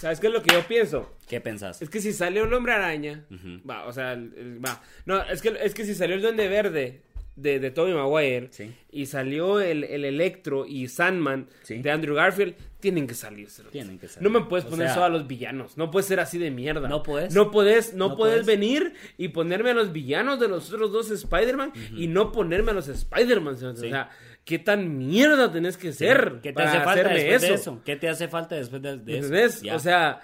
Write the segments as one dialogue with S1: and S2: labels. S1: ¿Sabes qué es lo que yo pienso?
S2: ¿Qué pensás?
S1: Es que si sale un hombre araña, va, o sea, el- el- va. No, es que, es que si salió el Duende Verde de, de Tobey Maguire
S2: Sí.
S1: y salió el, el Electro y Sandman
S2: Sí.
S1: de Andrew Garfield, tienen que salir. cerote.
S2: Tienen que salir.
S1: No me puedes
S2: O
S1: poner
S2: sea-
S1: solo a los villanos. No puedes ser así de mierda.
S2: No puedes.
S1: No puedes, no,
S2: No
S1: puedes,
S2: puedes.
S1: venir y ponerme a los villanos de los otros dos Spider-Man y no ponerme a los Spider-Man. cerote. O
S2: Sí.
S1: sea, ¿qué tan mierda tenés que ser?
S2: ¿Qué te
S1: para
S2: hace falta
S1: hacerme
S2: después
S1: eso?
S2: de eso? ¿Qué te hace falta después de, de eso?
S1: ¿Entendés?
S2: Ya.
S1: O sea.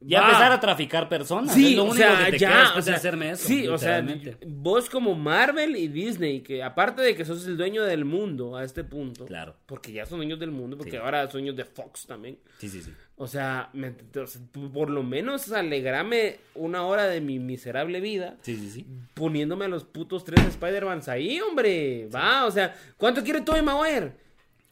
S2: ya
S1: va.
S2: empezar a traficar personas.
S1: Sí,
S2: Ah, es lo
S1: o
S2: único
S1: sea,
S2: que te queda
S1: ya,
S2: después
S1: o sea,
S2: de hacerme eso.
S1: sí, o sea,
S2: literalmente.
S1: vos como Marvel y Disney, que aparte de que sos el dueño del mundo a este punto,
S2: Claro.
S1: porque ya son dueños del mundo, porque
S2: Sí.
S1: ahora son dueños de Fox también,
S2: Sí, sí, sí.
S1: o sea, me- o sea, por lo menos alegrame una hora de mi miserable vida
S2: Sí, sí, sí.
S1: poniéndome a los putos tres Spider-Mans ahí, hombre, va, o sea, ¿cuánto quiere Tobey Maguire?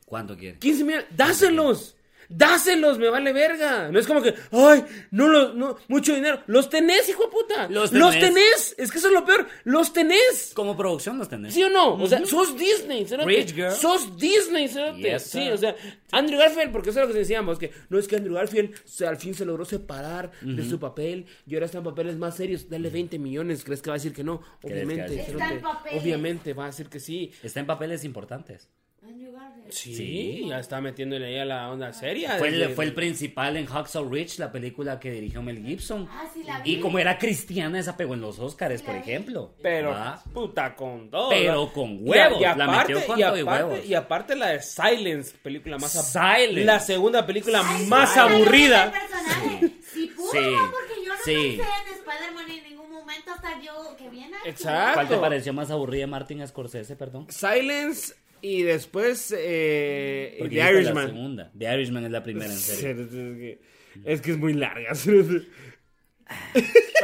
S2: ¿Cuánto quieres?
S1: 15 millones, dáselos. Dáselos, me vale verga. No es como que, ay, no los, no, mucho dinero. Los tenés, hijo de puta.
S2: Los tenés.
S1: tenés. Es que eso es lo peor. Los tenés.
S2: Como producción los tenés.
S1: ¿Sí o no? O sea, sos Disney, cerote.
S2: Rich girl.
S1: Sos Disney, cerote.
S2: Yes, sir.
S1: sí, o sea, Andrew Garfield, porque eso es lo que decíamos, que no es que Andrew Garfield se- al fin se logró separar de su papel y ahora está en papeles más serios. Dale 20 millones, ¿crees que va a decir que no?
S2: ¿Crees que va a
S1: Obviamente,
S2: decir que
S3: no?
S1: cerote.
S3: Está en papeles.
S1: obviamente va a decir que sí.
S2: Está en papeles importantes.
S3: Andrew Garfield.
S1: Sí,
S2: Sí.
S1: ya está metiéndole ahí a la onda seria.
S2: Fue el,
S1: desde-
S2: fue el principal en Hacksaw Ridge, la película que dirigió Mel Gibson.
S3: Ah, sí, la
S2: Y
S3: vi.
S2: como era cristiana, esa pegó en los Oscars, por
S3: La vi.
S2: ejemplo.
S1: Pero
S2: Ah,
S1: puta con todo.
S2: Pero con huevos, la metió con
S1: y
S2: todo y
S1: aparte-
S2: huevos.
S1: y aparte la de Silence, película más ab-
S2: Silence.
S1: La segunda película
S3: Ay,
S1: más
S3: sí,
S1: aburrida.
S3: ese personaje. Sí, pudo,
S2: Sí.
S3: ¿no? porque yo no
S2: Sí.
S3: pensé en Spider-Man en ningún momento hasta yo que viene. aquí.
S1: Exacto.
S2: ¿Cuál te pareció más aburrida, Martin Scorsese, perdón?
S1: Silence y después eh,
S2: Porque
S1: The
S2: esta es la
S1: Irishman.
S2: segunda. The Irishman es la primera, en
S1: Es
S2: serio.
S1: que, es que es muy larga.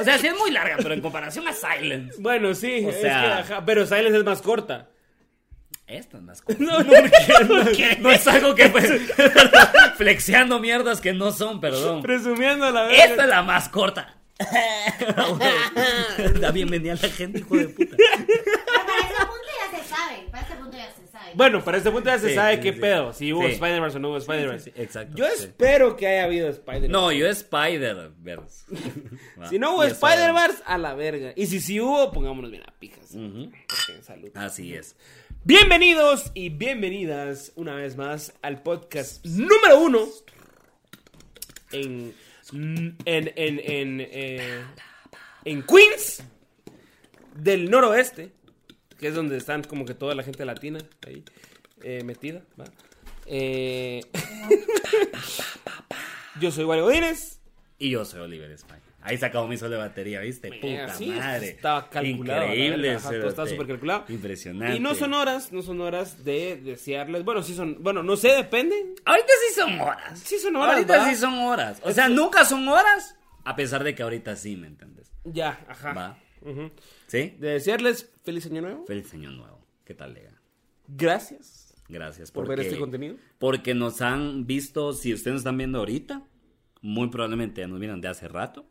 S2: O sea, sí es muy larga, pero en comparación a Silence.
S1: bueno, sí,
S2: O
S1: es
S2: sea-
S1: que, ajá, pero Silence es más corta.
S2: Esta es más corta.
S1: No, no,
S2: Porque no es algo que flexeando mierdas que no son, perdón.
S1: Presumiendo la verdad.
S2: Esta es la más corta. da bienvenida a la gente, hijo de puta.
S3: Pero para ese punto ya se sabe. Para ese punto ya se sabe.
S1: Bueno, para este punto ya se
S2: Sí,
S1: sabe
S2: sí,
S1: qué
S2: sí.
S1: pedo. Si hubo
S2: Sí.
S1: Spider-Man o no hubo Spider-Man.
S2: Pues sí, sí, exacto,
S1: Yo
S2: sí.
S1: espero que haya habido Spider-Man.
S2: No, yo Ah, Spider-Verse. Va.
S1: Si no hubo
S2: Yo
S1: Spider-Verse, a la verga. Y si sí hubo, pongámonos bien a pijas.
S2: Ujú.
S1: Porque salud.
S2: Así es.
S1: Bienvenidos y bienvenidas una vez más al podcast número uno en. en. en. en, eh, en Queens del noroeste, que es donde están como que toda la gente latina ahí eh, metida. ¿va? Eh, yo soy Wario Godínez.
S2: Y yo soy Oliver España. Ahí sacado mi solo de batería, ¿viste?
S1: Eh,
S2: Puta
S1: sí,
S2: madre.
S1: Estaba calculado. la
S2: Increíble.
S1: verdad, ajá, todo estaba
S2: cerote.
S1: súper calculado.
S2: Impresionante.
S1: Y no son horas, no son horas de desearles. Bueno, sí son. Bueno, no sé, depende.
S2: Ahorita sí son horas.
S1: Sí son horas,
S2: Ahorita
S1: ¿verdad?
S2: sí son horas. O sea, nunca son horas. A pesar de que ahorita sí, ¿me entiendes?
S1: Ya, ajá.
S2: Va.
S1: Ujú.
S2: ¿Sí?
S1: De desearles feliz año nuevo.
S2: Feliz año nuevo. ¿Qué tal, Lega?
S1: Gracias
S2: Gracias
S1: por ver este contenido.
S2: Porque nos han visto, si ustedes nos están viendo ahorita, muy probablemente ya nos miran de hace rato.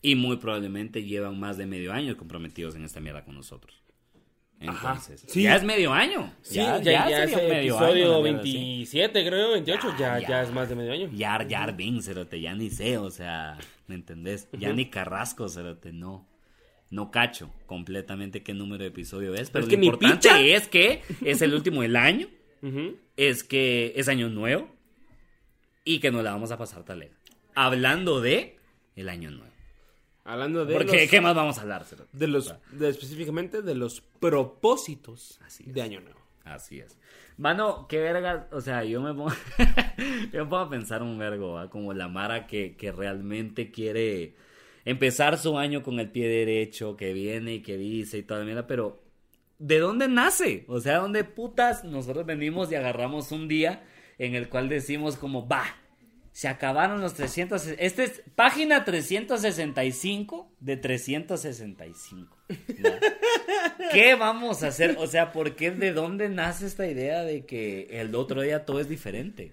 S2: Y muy probablemente llevan más de medio año comprometidos en esta mierda con nosotros.
S1: Ajá,
S2: Entonces,
S1: sí.
S2: ya es medio año.
S1: Sí, ya, ya,
S2: sería
S1: es
S2: medio
S1: episodio
S2: año, la mierda, sí.
S1: 27, creo, 28. Ya,
S2: Ya,
S1: ya,
S2: ya.
S1: es más de medio año.
S2: Yar, Yar, Bing, cerote, ya ni sé, o sea, ¿me entendés? Ya ni Carrasco, cerote, no. No cacho completamente qué número de episodio es, pero
S1: Es
S2: lo
S1: que ni
S2: importante
S1: picha.
S2: es que es el último del año,
S1: Ujú.
S2: es que es año nuevo y que nos la vamos a pasar talega. Hablando de el año nuevo.
S1: Hablando de.
S2: Porque,
S1: los-
S2: ¿qué más vamos a hablar, cerote?
S1: de los. de- específicamente de los propósitos
S2: Así es.
S1: de año nuevo.
S2: Así es. Mano, qué verga, o sea, yo me pongo, yo me pongo a pensar un vergo, ¿va? como la Mara que, que realmente quiere empezar su año con el pie derecho, que viene y que dice y toda la mierda, pero ¿de dónde nace? O sea, ¿dónde putas nosotros venimos y agarramos un día en el cual decimos como, va, se acabaron los 300, esta es página 365 de 365. ¿va? ¿Qué vamos a hacer? O sea, ¿por qué? ¿De dónde nace esta idea de que el otro día todo es diferente?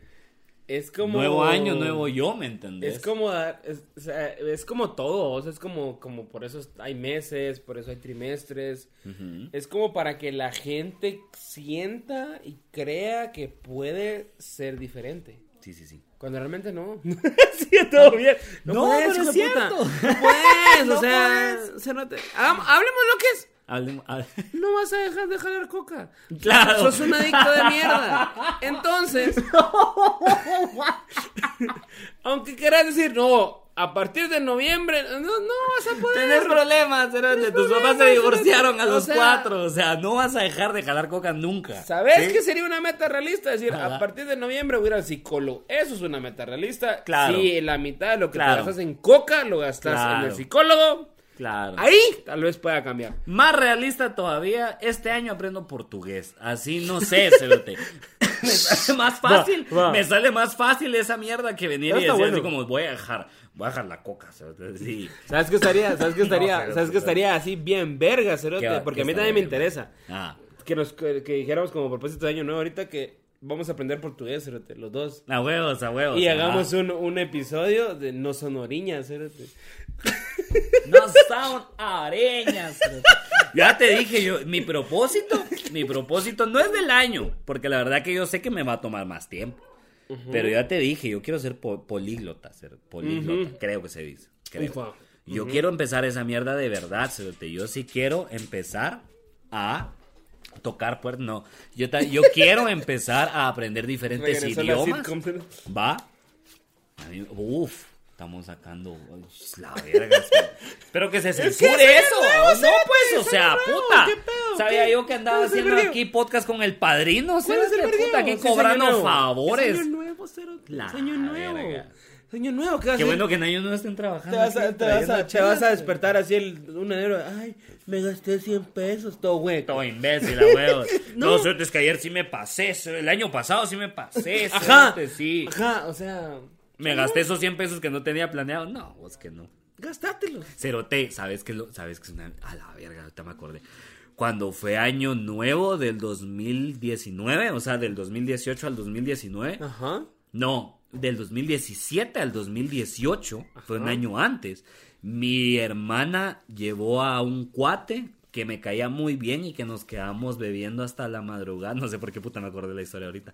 S1: Es como.
S2: Nuevo año, nuevo yo, ¿me entendés?
S1: Es como, dar- es, o sea, es como todo, o sea, es como, como por eso hay meses, por eso hay trimestres.
S2: Ujú.
S1: Es como para que la gente sienta y crea que puede ser diferente.
S2: Sí, sí, sí.
S1: Cuando realmente no. sí, todo bien. No,
S2: No,
S1: puedes,
S2: pero
S1: hijo
S2: es
S1: de puta.
S2: cierto.
S1: No puedes, o
S2: No
S1: sea, cerote. Hagam- hablemos lo que es.
S2: Hablemos- hable-
S1: No vas a dejar de jalar coca.
S2: Claro.
S1: Sos un adicto de mierda. Entonces, aunque quieras decir, no, a partir de noviembre, no, no vas a poder.
S2: Tienes problemas, cerote. Tus papás se
S1: problemas,
S2: divorciaron a
S1: cerote. O
S2: los
S1: sea-
S2: cuatro. O sea, no vas a dejar de jalar coca nunca.
S1: ¿Sabes
S2: ¿Sí?
S1: qué sería una meta realista? Es decir, a
S2: Ajá.
S1: partir de noviembre voy a ir al psicólogo. Eso es una meta realista.
S2: Claro.
S1: Si la mitad de lo que
S2: Claro.
S1: te gastas en coca lo gastas en el
S2: Claro.
S1: psicólogo,
S2: Claro.
S1: ahí tal vez pueda cambiar.
S2: Más realista todavía, este año aprendo portugués. Así no sé, cerote. me sale más fácil,
S1: Va, va.
S2: me sale más fácil esa mierda que venir
S1: Pero
S2: y
S1: está
S2: decir así
S1: bueno.
S2: como voy a dejar, voy a dejar la coca, cerote. Sí.
S1: ¿Sabes qué estaría? ¿Sabes qué
S2: No,
S1: estaría?
S2: pero-
S1: ¿Sabes qué estaría así bien verga, cerote?
S2: ¿Qué-
S1: Porque
S2: qué
S1: a mí también me
S2: estaría bien?
S1: interesa.
S2: Ah.
S1: Que nos que, que dijéramos como propósito de año nuevo ahorita que vamos a aprender portugués, cerote, los dos.
S2: A huevos, a huevos. ah.
S1: Y
S2: ajá.
S1: hagamos un, un episodio de no son oriñas, cerote.
S2: No son areñas. Ya te dije yo, mi propósito, mi propósito no es del año, porque la verdad que yo sé que me va a tomar más tiempo. Pero ya te dije, yo quiero ser po- políglota, ser políglota, creo que se dice. creo.
S1: Ufa.
S2: Yo quiero empezar esa mierda de verdad, cerote. Yo sí quiero empezar a tocar puertas. No, yo, ta- yo quiero empezar a aprender diferentes
S1: Regresó la
S2: idiomas.
S1: sitcom.
S2: Va. A mí- Uf, estamos sacando ay, la verga. sí. Pero que se censure
S1: es año
S2: eso.
S1: nuevo,
S2: no,
S1: espérate,
S2: pues,
S1: es
S2: o sea,
S1: año nuevo,
S2: puta.
S1: ¿qué pedo?
S2: Sabía
S1: ¿Qué?
S2: yo que
S1: ¿Cuál
S2: andaba
S1: es el
S2: haciendo
S1: vergueo?
S2: aquí podcast con el padrino.
S1: ¿Cuál es el
S2: cerote,
S1: vergueo?
S2: puta, que
S1: Es año
S2: cobrando
S1: nuevo.
S2: favores.
S1: Es año nuevo, cerote.
S2: La
S1: Es año nuevo.
S2: verga.
S1: Es año nuevo, ¿qué vas
S2: Qué
S1: a hacer?
S2: bueno que en año no estén trabajando.
S1: Te vas
S2: aquí,
S1: a, te vas a,
S2: trayendo
S1: te vas a
S2: chelas.
S1: despertar así el, un enero. Ay, me gasté 100 pesos, todo hueco.
S2: Todo imbécil, a huevos.
S1: No.
S2: no, cerote, es que ayer sí me pasé. cerote. El año pasado sí me pasé.
S1: Ajá.
S2: cerote, sí.
S1: Ajá, o sea,
S2: Me gasté esos 100 pesos que no tenía planeado. No, vos que no.
S1: gastátelos.
S2: Cerote, ¿sabes qué es lo, sabes que es una a la verga, ahorita me acordé. Cuando fue año nuevo del 2019, o sea, del 2018 al 2019.
S1: Ajá.
S2: No, del 2017 al 2018, fue un año antes. Mi hermana llevó a un cuate que me caía muy bien y que nos quedamos bebiendo hasta la madrugada. No sé por qué puta me acordé de la historia ahorita.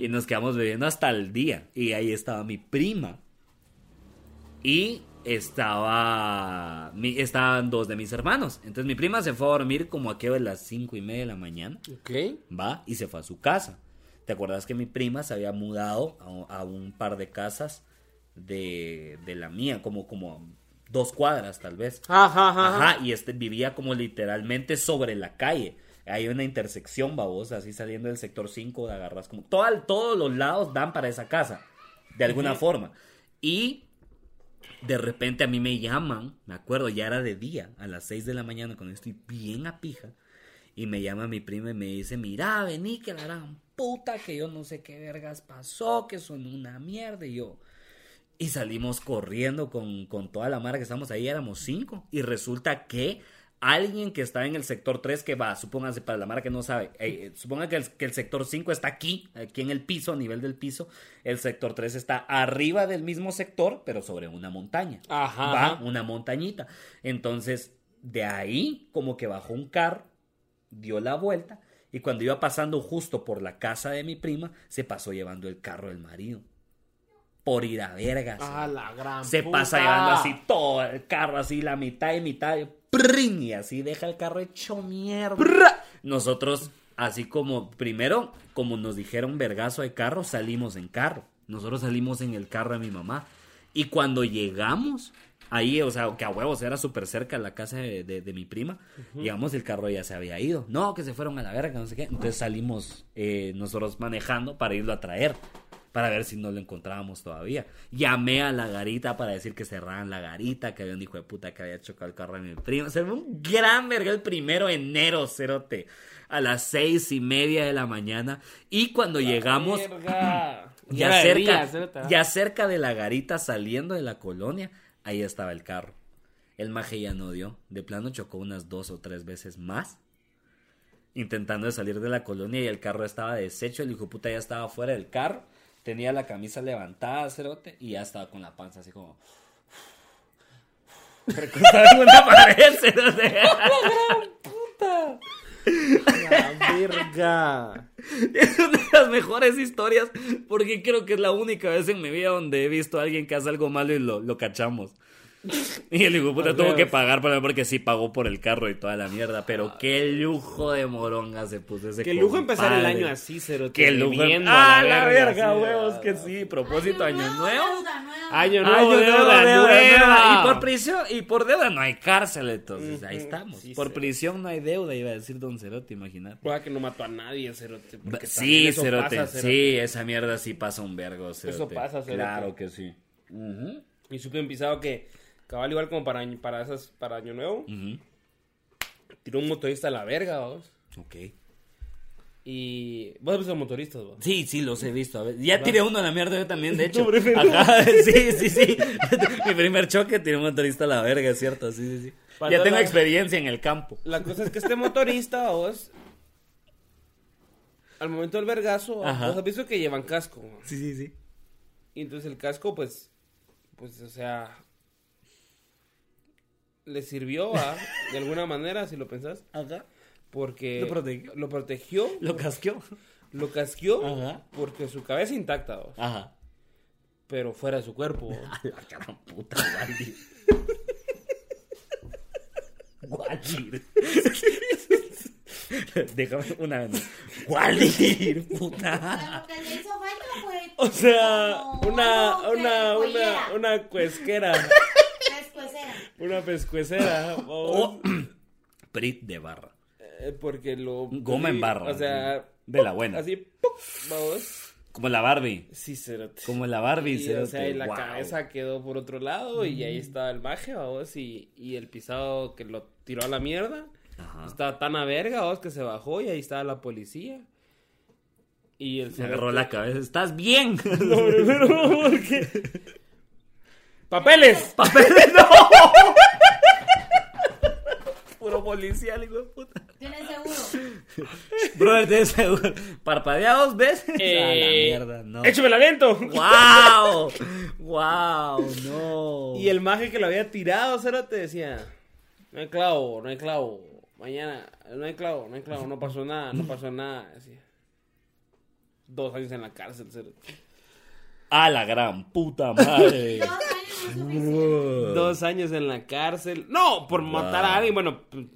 S2: Y nos quedamos bebiendo hasta el día. Y ahí estaba mi prima. Y estaba. mi- estaban dos de mis hermanos. Entonces mi prima se fue a dormir como a que de las cinco y media de la mañana
S1: Ok.
S2: va y se fue a su casa. ¿Te acuerdas que mi prima se había mudado a, a un par de casas de, de la mía, como, como dos cuadras tal vez?
S1: Ajá, ajá.
S2: Ajá, y este vivía como literalmente sobre la calle. Hay una intersección, babosa, así saliendo del sector 5, de agarras como... Todo, al- todos los lados dan para esa casa, de alguna forma. Y de repente a mí me llaman, me acuerdo, ya era de día, a las 6 de la mañana, cuando estoy bien a pija. Y me llama mi prima y me dice, mira, vení, que la gran puta, que yo no sé qué vergas pasó, que son una mierda. Y yo, y salimos corriendo con, con toda la mara que estamos ahí, éramos cinco. Y resulta que alguien que está en el sector 3, que va, supóngase para la mara que no sabe, eh, eh, suponga que el, que el sector 5 está aquí, aquí en el piso, a nivel del piso. El sector 3 está arriba del mismo sector, pero sobre una montaña.
S1: Ajá,
S2: Va,
S1: ajá.
S2: una montañita. Entonces, de ahí, como que bajó un carro, dio la vuelta. Y cuando iba pasando justo por la casa de mi prima, se pasó llevando el carro del marido. Por ir a vergas.
S1: Ah, la gran
S2: Se
S1: puta.
S2: pasa llevando así todo el carro, así la mitad y mitad, y ¡prin! y así deja el carro hecho mierda. Nosotros, así como, primero, como nos dijeron vergazo de carro, salimos en carro. Nosotros salimos en el carro de mi mamá. Y cuando llegamos, ahí, o sea, que a huevos era súper cerca la casa de, de- de mi prima, llegamos, el carro ya se había ido. No, que se fueron a la verga, no sé qué. Entonces salimos eh, nosotros manejando para irlo a traer para ver si no lo encontrábamos todavía. Llamé a la garita para decir que cerraran la garita, que había un hijo de puta que había chocado el carro de mi primo. Se fue un gran verga el primero de enero, cerote, a las seis y media de la mañana. Y cuando llegamos,
S1: Verga.
S2: ya cerca,
S1: cerca.
S2: ya cerca de la garita saliendo de la colonia, ahí estaba el carro. El maje ya no dio. De plano chocó unas dos o tres veces más. Intentando de salir de la colonia y el carro estaba deshecho. El hijo de puta ya estaba fuera del carro. Tenía la camisa levantada, cerote, y ya estaba con la panza así como. Recostado en una pared, cerote.
S1: La
S4: verga.
S2: Es una de las mejores historias porque creo que es la única vez en mi vida donde he visto a alguien que hace algo malo y lo, lo cachamos. Y el hijo de puta
S1: Al
S2: tuvo que
S1: revés.
S2: pagar para porque sí pagó por el carro y toda la mierda. Pero qué lujo de moronga se puso ese
S1: Que el Ah. lujo
S2: compadre.
S1: empezar el año así, cero.
S2: Qué lujo.
S1: viendo
S2: Ah,
S1: a
S2: la verga,
S1: así,
S2: huevos,
S1: ah.
S2: que sí. Propósito, año, nuevo.
S3: deuda nueva.
S1: Año nuevo,
S2: Año nuevo,
S1: deuda
S2: deuda nueva.
S1: nueva.
S2: Y por prisión, y por deuda no hay cárcel, entonces ahí
S1: Ujú,
S2: estamos.
S1: sí,
S2: por
S1: sí.
S2: prisión no hay deuda, iba a decir Don Cerote, imaginar.
S1: Juega que no mató a nadie, cerote. porque también
S2: Sí,
S1: eso
S2: Cerote,
S1: pasa,
S2: sí, esa mierda sí pasa un vergo, Cerote.
S1: pasa, Cerote.
S2: Claro que sí. Ujú,
S1: Y supe un pisado que, cabal, igual como para, año- para, esas, para Año Nuevo,
S2: ujú.
S1: tiró un motorista a la verga, vamos.
S2: Ok.
S1: Y. Vos has visto motoristas, vos.
S2: Sí, sí, los he visto. A ver, ya tiré uno a la mierda yo también, de hecho.
S1: Tu primer-
S2: Ajá, sí, sí, sí. Mi primer choque tiré un motorista a la verga, es cierto, sí, sí, sí.
S1: Pasó
S2: Ya tengo
S1: la-
S2: experiencia en el campo.
S1: La cosa es que este motorista, vos. Al momento del vergazo, vos
S2: Ajá.
S1: has visto que llevan casco. vos?
S2: Sí, sí, sí.
S1: Y entonces el casco, pues, pues, o sea, le sirvió a, de alguna manera, si lo pensás,
S2: Ajá.
S1: porque
S2: Lo protegió.
S1: lo, protegió,
S2: Lo casqueó.
S1: lo casqueó,
S2: Ajá.
S1: porque su cabeza intacta, vos,
S2: Ajá.
S1: pero fuera de su cuerpo. vos.
S2: A la gran Ah, puta, Wally. Wally. Déjame una vez. más. Wally, puta.
S3: Lo que le hizo falta fue.
S1: O sea,
S3: como
S1: una,
S3: algo que
S1: una, una,
S3: collera,
S1: una cuesquera,
S3: pescuecera.
S1: una pescuecera,
S2: O
S1: vos,
S2: Prit de barra.
S1: eh, porque lo...
S2: Goma en barra.
S1: O sea,
S2: De la buena.
S1: así, ¡pum! vamos,
S2: Como la Barbie.
S1: sí, cerote.
S2: Como la Barbie.
S1: Y, o
S2: cerote.
S1: sea, y la
S2: Guau. Mm.
S1: cabeza quedó por otro lado y ahí estaba el maje, vamos, y, y el pisado que lo tiró a la mierda.
S2: Ajá.
S1: Estaba tan a verga, vamos, que se bajó y ahí estaba la policía. Y el
S2: Se
S1: cerote-
S2: agarró la cabeza. ¿Estás bien?
S1: ¡Papeles!
S2: Papeles, no. Puro policial, hijo de puta.
S3: Tiene seguro.
S2: Brother, te seguro. Parpadea dos veces.
S1: Eh,
S2: a la mierda, no.
S1: ¡Échame el aliento!
S2: ¡Wow! ¡Wow! ¡No!
S1: Y el maje que lo había tirado, cerote, decía: No hay clavo, no hay clavo. Mañana, no hay clavo, no hay clavo, no pasó nada, no pasó nada. Decía. Dos años en la cárcel, cerote.
S2: ¡A la gran puta madre!
S3: Dos años es suficiente.
S2: Wow.
S1: Dos años en la cárcel. No, por matar a alguien. Bueno, p-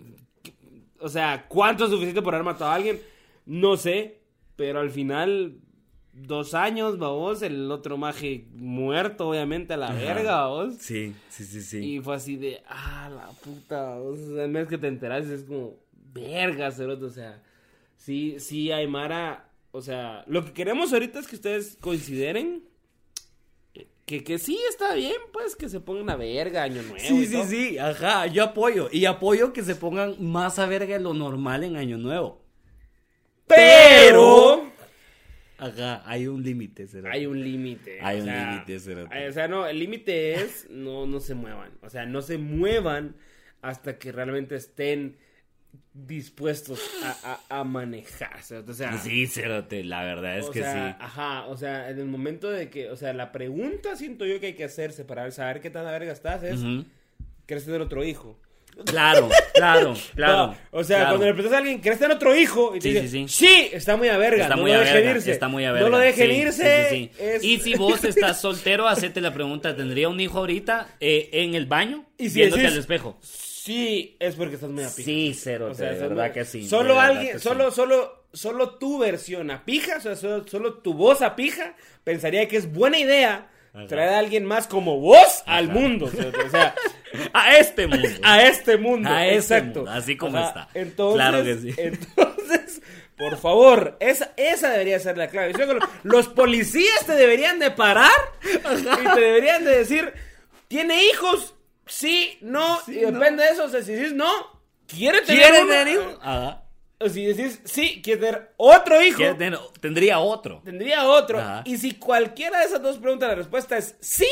S1: o sea, ¿cuánto es suficiente por haber matado a alguien? No sé. Pero al final, dos años, babos. El otro maje muerto, obviamente, a la verga, babos.
S2: Sí, sí, sí, sí.
S1: Y fue así de, ah, la puta. O sea, el mes que te enteras es como, verga, cerote. O sea, sí, sí, Aymara. O sea, lo que queremos ahorita es que ustedes consideren que, que sí está bien, pues, que se pongan a verga, año nuevo.
S2: Sí,
S1: y
S2: sí,
S1: todo.
S2: sí, ajá, yo apoyo. Y apoyo que se pongan más a verga de lo normal en Año Nuevo.
S1: Pero
S2: Ajá, hay un límite, será.
S1: hay un límite.
S2: Hay
S1: o
S2: un
S1: sea,
S2: límite, cerote.
S1: hay- O sea, no, el límite es no, no se muevan. O sea, no se muevan hasta que realmente estén dispuestos a, a, a manejar. cerote, O sea,
S2: Ah, Sí, Cerote, la verdad es
S1: o
S2: que
S1: sea,
S2: sí.
S1: Ajá, o sea, en el momento de que, o sea, la pregunta siento yo que hay que hacerse para saber qué tan a verga estás es,
S2: Ujú.
S1: ¿quieres tener otro hijo?
S2: Claro, claro, claro.
S1: No, o sea,
S2: claro.
S1: cuando le preguntas a alguien, ¿quieres tener otro hijo? Y te
S2: Sí,
S1: dice,
S2: sí,
S1: sí,
S2: sí.
S1: está muy a verga,
S2: Está
S1: no
S2: muy
S1: lo
S2: a
S1: dejen
S2: verga,
S1: irse.
S2: está muy a
S1: No
S2: verga.
S1: lo dejen
S2: Sí,
S1: irse.
S2: sí, sí, sí.
S1: es-
S2: Y si vos estás soltero, hacete la pregunta, ¿tendría un hijo ahorita eh, en el baño?
S1: Y si
S2: viéndote
S1: decís-
S2: al espejo.
S1: Sí, es porque estás muy a pija.
S2: Sí, cero,
S1: O sea,
S2: de
S1: estás
S2: verdad
S1: muy-
S2: que sí. de
S1: Solo
S2: verdad que
S1: alguien,
S2: sí.
S1: solo, solo, solo tu versión a pija, o sea, solo, solo tu voz a pija, pensaría que es buena idea
S2: Ajá.
S1: traer a alguien más como vos al
S2: Ajá.
S1: mundo. O sea, o sea,
S2: A este mundo.
S1: a este mundo.
S2: A este
S1: exacto.
S2: mundo, así como está.
S1: Entonces,
S2: Claro que sí.
S1: Entonces, por favor, esa, esa debería ser la clave. Yo creo que lo- Los policías te deberían de parar y te deberían de decir, ¿tiene hijos? Sí, no, y depende de eso. O sea, si dices no, ¿quiere tener
S2: ¿Quieres
S1: uno?
S2: tener hijo? Ajá.
S1: O si decís sí, quiere tener otro hijo,
S2: ¿Quieres tener- Tendría otro.
S1: tendría otro.
S2: Ajá.
S1: Y si cualquiera de esas dos preguntas la respuesta es sí,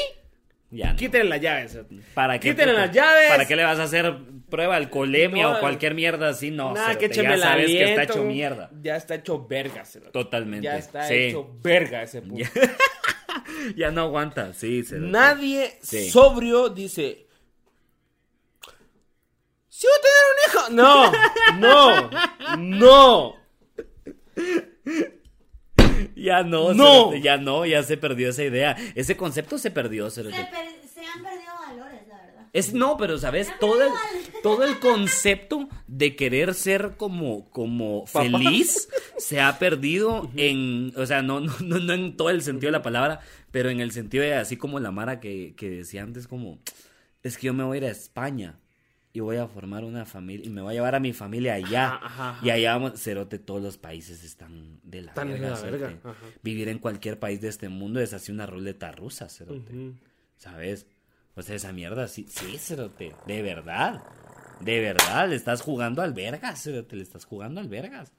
S2: Ya. no.
S1: quítenle las llaves.
S2: ¿Para qué,
S1: Quítenle
S2: puta?
S1: las llaves.
S2: ¿Para qué le vas a hacer prueba de alcoholemia
S1: No,
S2: o cualquier mierda así? No,
S1: Nada, que
S2: cerote,
S1: écheme
S2: ya
S1: el
S2: sabes que está
S1: aliento.
S2: hecho mierda.
S1: Ya está hecho verga, cerote.
S2: Totalmente,
S1: Ya está
S2: sí.
S1: hecho verga ese puto.
S2: Ya. Ya no aguanta, sí, cerote.
S1: Nadie
S2: Sí.
S1: sobrio dice. Si voy a tener un hijo. No, no, no.
S2: Ya no,
S1: No.
S2: cerote, ya no, ya se perdió esa idea. Ese concepto se perdió,
S3: Se,
S2: cerote.
S3: per- se han perdido valores, la verdad.
S2: Es no, pero sabes,
S3: Ya me
S2: todo el,
S3: da igual.
S2: todo el concepto de querer ser como, como
S1: Papá.
S2: feliz se ha perdido en, o sea, no, no, no, no en todo el sentido de la palabra, pero en el sentido de así como la Mara que, que decía antes, como, es que yo me voy a ir a España y voy a formar una familia y me voy a llevar a mi familia allá.
S1: Ajá, ajá, ajá.
S2: Y allá vamos, cerote, todos los países están de la
S1: Están de
S2: verga.
S1: la
S2: cerote.
S1: verga, ajá.
S2: Vivir en cualquier país de este mundo es así una ruleta rusa, cerote. ¿Sabes? O sea, esa mierda, sí, sí, cerote. De verdad. De verdad, le estás jugando al vergas, cerote. Le estás jugando al vergas.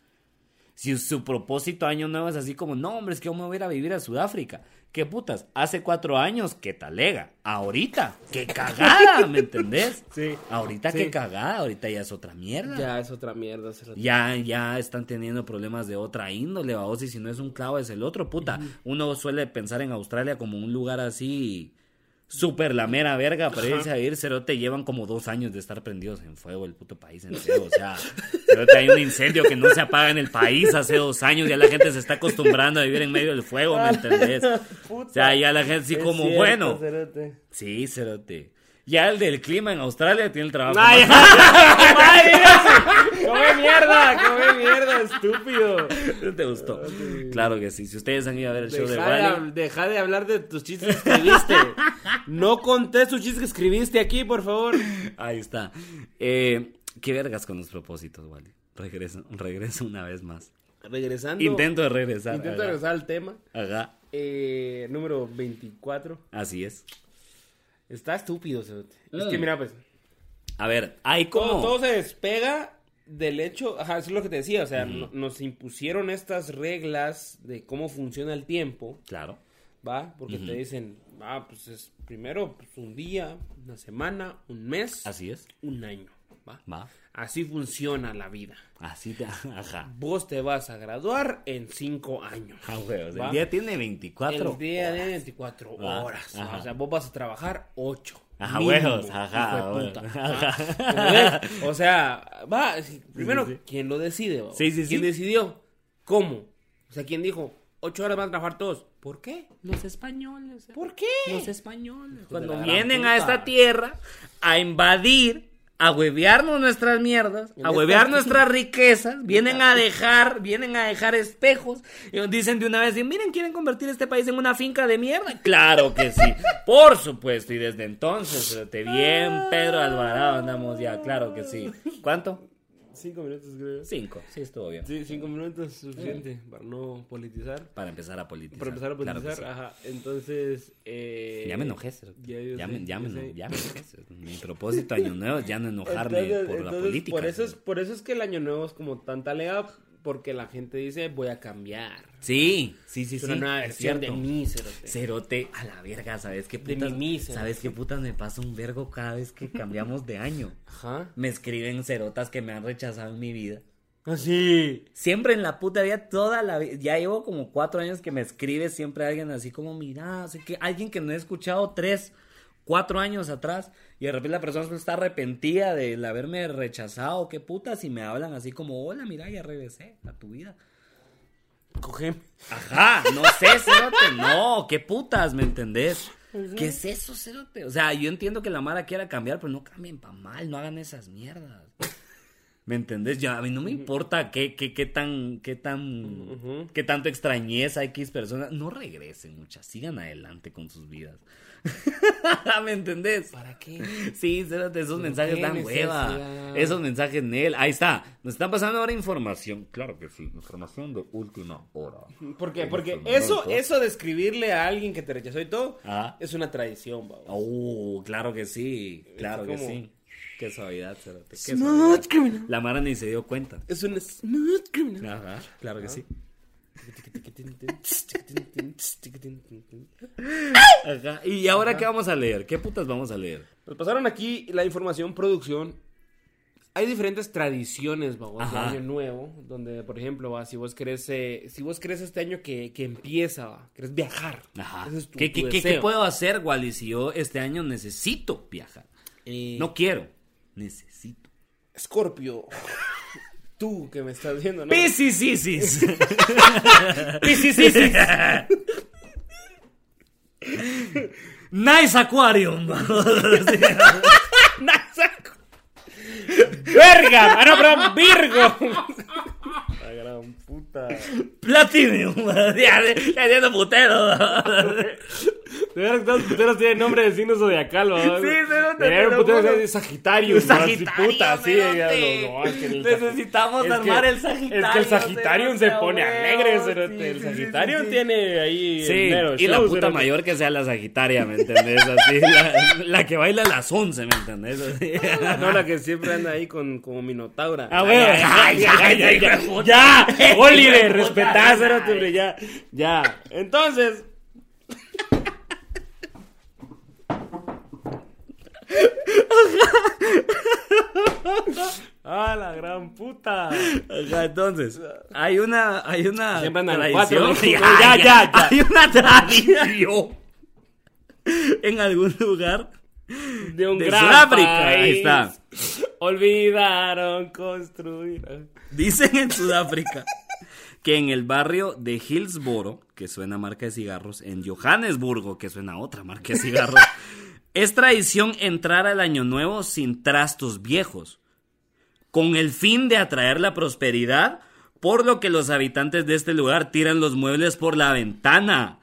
S2: Si su propósito año nuevo es así como, no, hombre, es que yo me voy a ir a vivir a Sudáfrica. ¿Qué putas? Hace cuatro años, qué talega. Ahorita, qué cagada, ¿me entendés?
S1: Sí,
S2: Ahorita,
S1: sí.
S2: qué cagada. Ahorita ya es otra mierda.
S1: Ya es otra mierda. cerote.
S2: Ya, ya están teniendo problemas de otra índole, vos, y si no es un clavo es el otro, puta. Uno suele pensar en Australia como un lugar así, súper la mera verga, para irse a ir, cerote, llevan como dos años de estar prendidos en fuego el puto país entero, o sea, cerote, hay un incendio que no se apaga en el país hace dos años, ya la gente se está acostumbrando a vivir en medio del fuego, ¿me entendés? O sea, ya la gente sí
S1: Es
S2: como,
S1: cierto,
S2: bueno,
S1: cerote.
S2: sí, cerote. Ya el del clima en Australia tiene el trabajo.
S1: ¡Ay,
S2: más-
S1: ay, ay! ¡Come mierda! ¡Come mierda, estúpido!
S2: ¿Te gustó? Claro que sí. Si ustedes han ido a ver el show de
S1: Deja de,
S2: Wally,
S1: hab- deja de hablar de tus chistes que escribiste. No conté sus chistes que escribiste aquí, por favor.
S2: ahí está. Eh, ¿Qué vergas con los propósitos, Wally? Regreso, regreso una vez más.
S1: Regresando.
S2: Intento de regresar.
S1: intento
S2: ajá.
S1: regresar al tema.
S2: Ajá,
S1: Eh, número 24.
S2: así es.
S1: Está estúpido, cerote. Es
S2: Mm.
S1: que mira, pues.
S2: A ver, hay como...
S1: Todo, todo se despega del hecho. Ajá, eso es lo que te decía. O sea, no- nos impusieron estas reglas de cómo funciona el tiempo.
S2: Claro.
S1: ¿Va? Porque te dicen, ah, pues es primero pues, un día, una semana, un mes,
S2: Así es.
S1: un año. ¿va?
S2: Va.
S1: Así funciona la vida.
S2: Así te... Ajá.
S1: Vos te vas a graduar en cinco años.
S2: Ah, huevos,
S1: Va.
S2: El día tiene 24.
S1: El día de 24
S2: Va,
S1: horas. ¿va?
S2: Ah, ajá.
S1: O sea, vos vas a trabajar 8.
S2: Ajá, huevos, ajá, huevos.
S1: O sea, va, primero, ¿quién lo decide? va?
S2: Sí, sí, sí.
S1: ¿Quién decidió? ¿Cómo? O sea, ¿quién dijo? Ocho horas van a trabajar todos. ¿Por qué?
S2: Los españoles. eh.
S1: ¿Por qué?
S2: Los españoles.
S1: Pues la
S2: Cuando
S1: gran
S2: vienen
S1: puta.
S2: a esta tierra a invadir, a huevearnos nuestras mierdas,
S1: En
S2: a
S1: esta-
S2: huevear nuestras riquezas, vienen a dejar, vienen a dejar espejos y nos dicen de una vez, miren, quieren convertir este país en una finca de mierda. Claro que sí, por supuesto. Y desde entonces, fíjate, bien, Pedro Alvarado, andamos ya, claro que sí. ¿Cuánto?
S1: Cinco minutos, creo.
S2: Cinco. Sí, estuvo bien.
S1: Sí, cinco minutos es suficiente para no politizar.
S2: Para empezar a politizar.
S1: Para empezar a
S2: claro que
S1: politizar,
S2: sí.
S1: ajá. Entonces, eh...
S2: Ya me enojé, cerote.
S1: ya yo
S2: ya,
S1: sé,
S2: me, ya,
S1: yo
S2: me,
S1: sé.
S2: ya me enojé, cerote. Mi propósito año nuevo es ya no enojarme
S1: Entonces-
S2: por la
S1: entonces,
S2: política.
S1: Por eso, es,
S2: cerote.
S1: por eso es que el año nuevo es como tanta lega, porque la gente dice, voy a cambiar.
S2: Sí, sí, sí,
S1: Es
S2: sí.
S1: una nueva
S2: es
S1: versión de
S2: cierto.
S1: mí, cerote.
S2: Cerote a la verga, ¿sabes qué
S1: De
S2: putas?
S1: mimí, cerote.
S2: ¿Sabes qué putas me pasa un vergo cada vez que cambiamos de año?
S1: Ajá.
S2: Me escriben cerotas que me han rechazado en mi vida. Ah,
S1: Así.
S2: Siempre en la puta vida, toda la vida. Ya llevo como cuatro años que me escribe siempre alguien así como, mira, o sea, que alguien que no he escuchado tres, cuatro años atrás. Y de repente la persona está arrepentida del haberme rechazado, qué putas. Y me hablan así como, hola, mira, ya regresé a tu vida.
S1: Cogeme.
S2: Ajá, no sé, Cerote, no, qué putas, ¿me entendés? ¿Qué es eso, Cerote? O sea, yo entiendo que la Mara quiera cambiar, pero no cambien para mal, no hagan esas mierdas. ¿Me entendés? Ya, a mí no me importa qué, qué, qué tan, qué tan, qué tanto extrañeza X personas. No regresen, muchas, sigan adelante con sus vidas. ¿Me entendés?
S1: ¿Para qué?
S2: Sí, cerote, esos mensajes
S1: qué
S2: dan hueva.
S1: necesidad.
S2: Esos mensajes en él. Ahí está. Nos están pasando ahora información. Claro que sí. Información de última hora. este
S1: ¿Por qué? Porque
S2: Estos
S1: eso,
S2: momentos.
S1: eso de escribirle a alguien que te rechazó y todo,
S2: Ajá.
S1: es una tradición, babo.
S2: Ah. Oh, claro que sí. Claro que
S1: como-
S2: sí. Qué suavidad, cerote. Qué
S1: Smooth
S2: suavidad.
S1: criminal.
S2: La Mara ni se dio cuenta.
S1: Es un smooth criminal.
S2: Ajá, claro que sí. Ajá. ¿Y ahora qué vamos a leer? ¿Qué putas vamos a leer?
S1: Nos Pues pasaron aquí la información, producción. Hay diferentes tradiciones, babo, de
S2: Ajá.
S1: año nuevo, donde, por ejemplo, va, si vos crees, eh, si vos crees este año que, que empieza, va, querés viajar.
S2: Ajá.
S1: Ese es tu-
S2: ¿Qué,
S1: tu
S2: qué- qué- qué
S1: deseo.
S2: puedo hacer, Wally, si yo este año necesito viajar?
S1: Eh,
S2: No quiero. Necesito.
S1: Scorpio. Tú que me estás viendo, ¿no?
S2: Piscisisis.
S1: Piscis.
S2: nice aquarium.
S1: ¡Verga! Ah, no, perdón, Virgo. La Ah, gran puta.
S2: Platinum. ya, ya siendo putero.
S1: De verdad que todos los puteros tienen nombre de signos zodiacal, ¿verdad?
S2: Sí, se nota,
S1: Debería haber
S2: pero
S1: puteros
S2: bueno.
S1: de Sagitario.
S2: Sagitario,
S1: Sagitario, puta, sí.
S2: espérate.
S1: ya, no, no, es que el-
S2: Necesitamos
S1: es
S2: armar
S1: que-
S2: el Sagitario,
S1: Es que el Sagitario se
S2: cerote,
S1: pone
S2: a
S1: alegre,
S2: huevo,
S1: cerote.
S2: sí,
S1: El
S2: sí, sí,
S1: Sagitario
S2: sí, sí.
S1: tiene ahí
S2: Sí,
S1: mero
S2: y la
S1: show,
S2: puta
S1: cerote.
S2: mayor que sea la Sagitaria, ¿me entendés? Así, la, la que baila a las 11, ¿me entendés? Así.
S1: No, la que siempre anda ahí con como Minotaura.
S2: Ah, bueno.
S1: Ay, ay, ay, ay,
S2: hijo de
S1: ay,
S2: puta.
S1: ya, Oliver,
S2: Hijo de puta.
S1: respetá, cerote, hombre, ya, ya. Entonces, ah, la gran puta.
S2: Ajá, entonces, hay una, hay una
S1: Siempre andan
S2: tradición.
S1: cuatro, ¿no? Ya, ya, ya.
S2: Hay una tradición en algún lugar
S1: De un
S2: de
S1: gran
S2: Sudáfrica.
S1: país.
S2: Ahí está.
S1: Olvidaron construir.
S2: Dicen en Sudáfrica que en el barrio de Hillsboro, que suena marca de cigarros, en Johannesburgo, que suena otra marca de cigarros, es tradición entrar al año nuevo sin trastos viejos, con el fin de atraer la prosperidad, por lo que los habitantes de este lugar tiran los muebles por la ventana.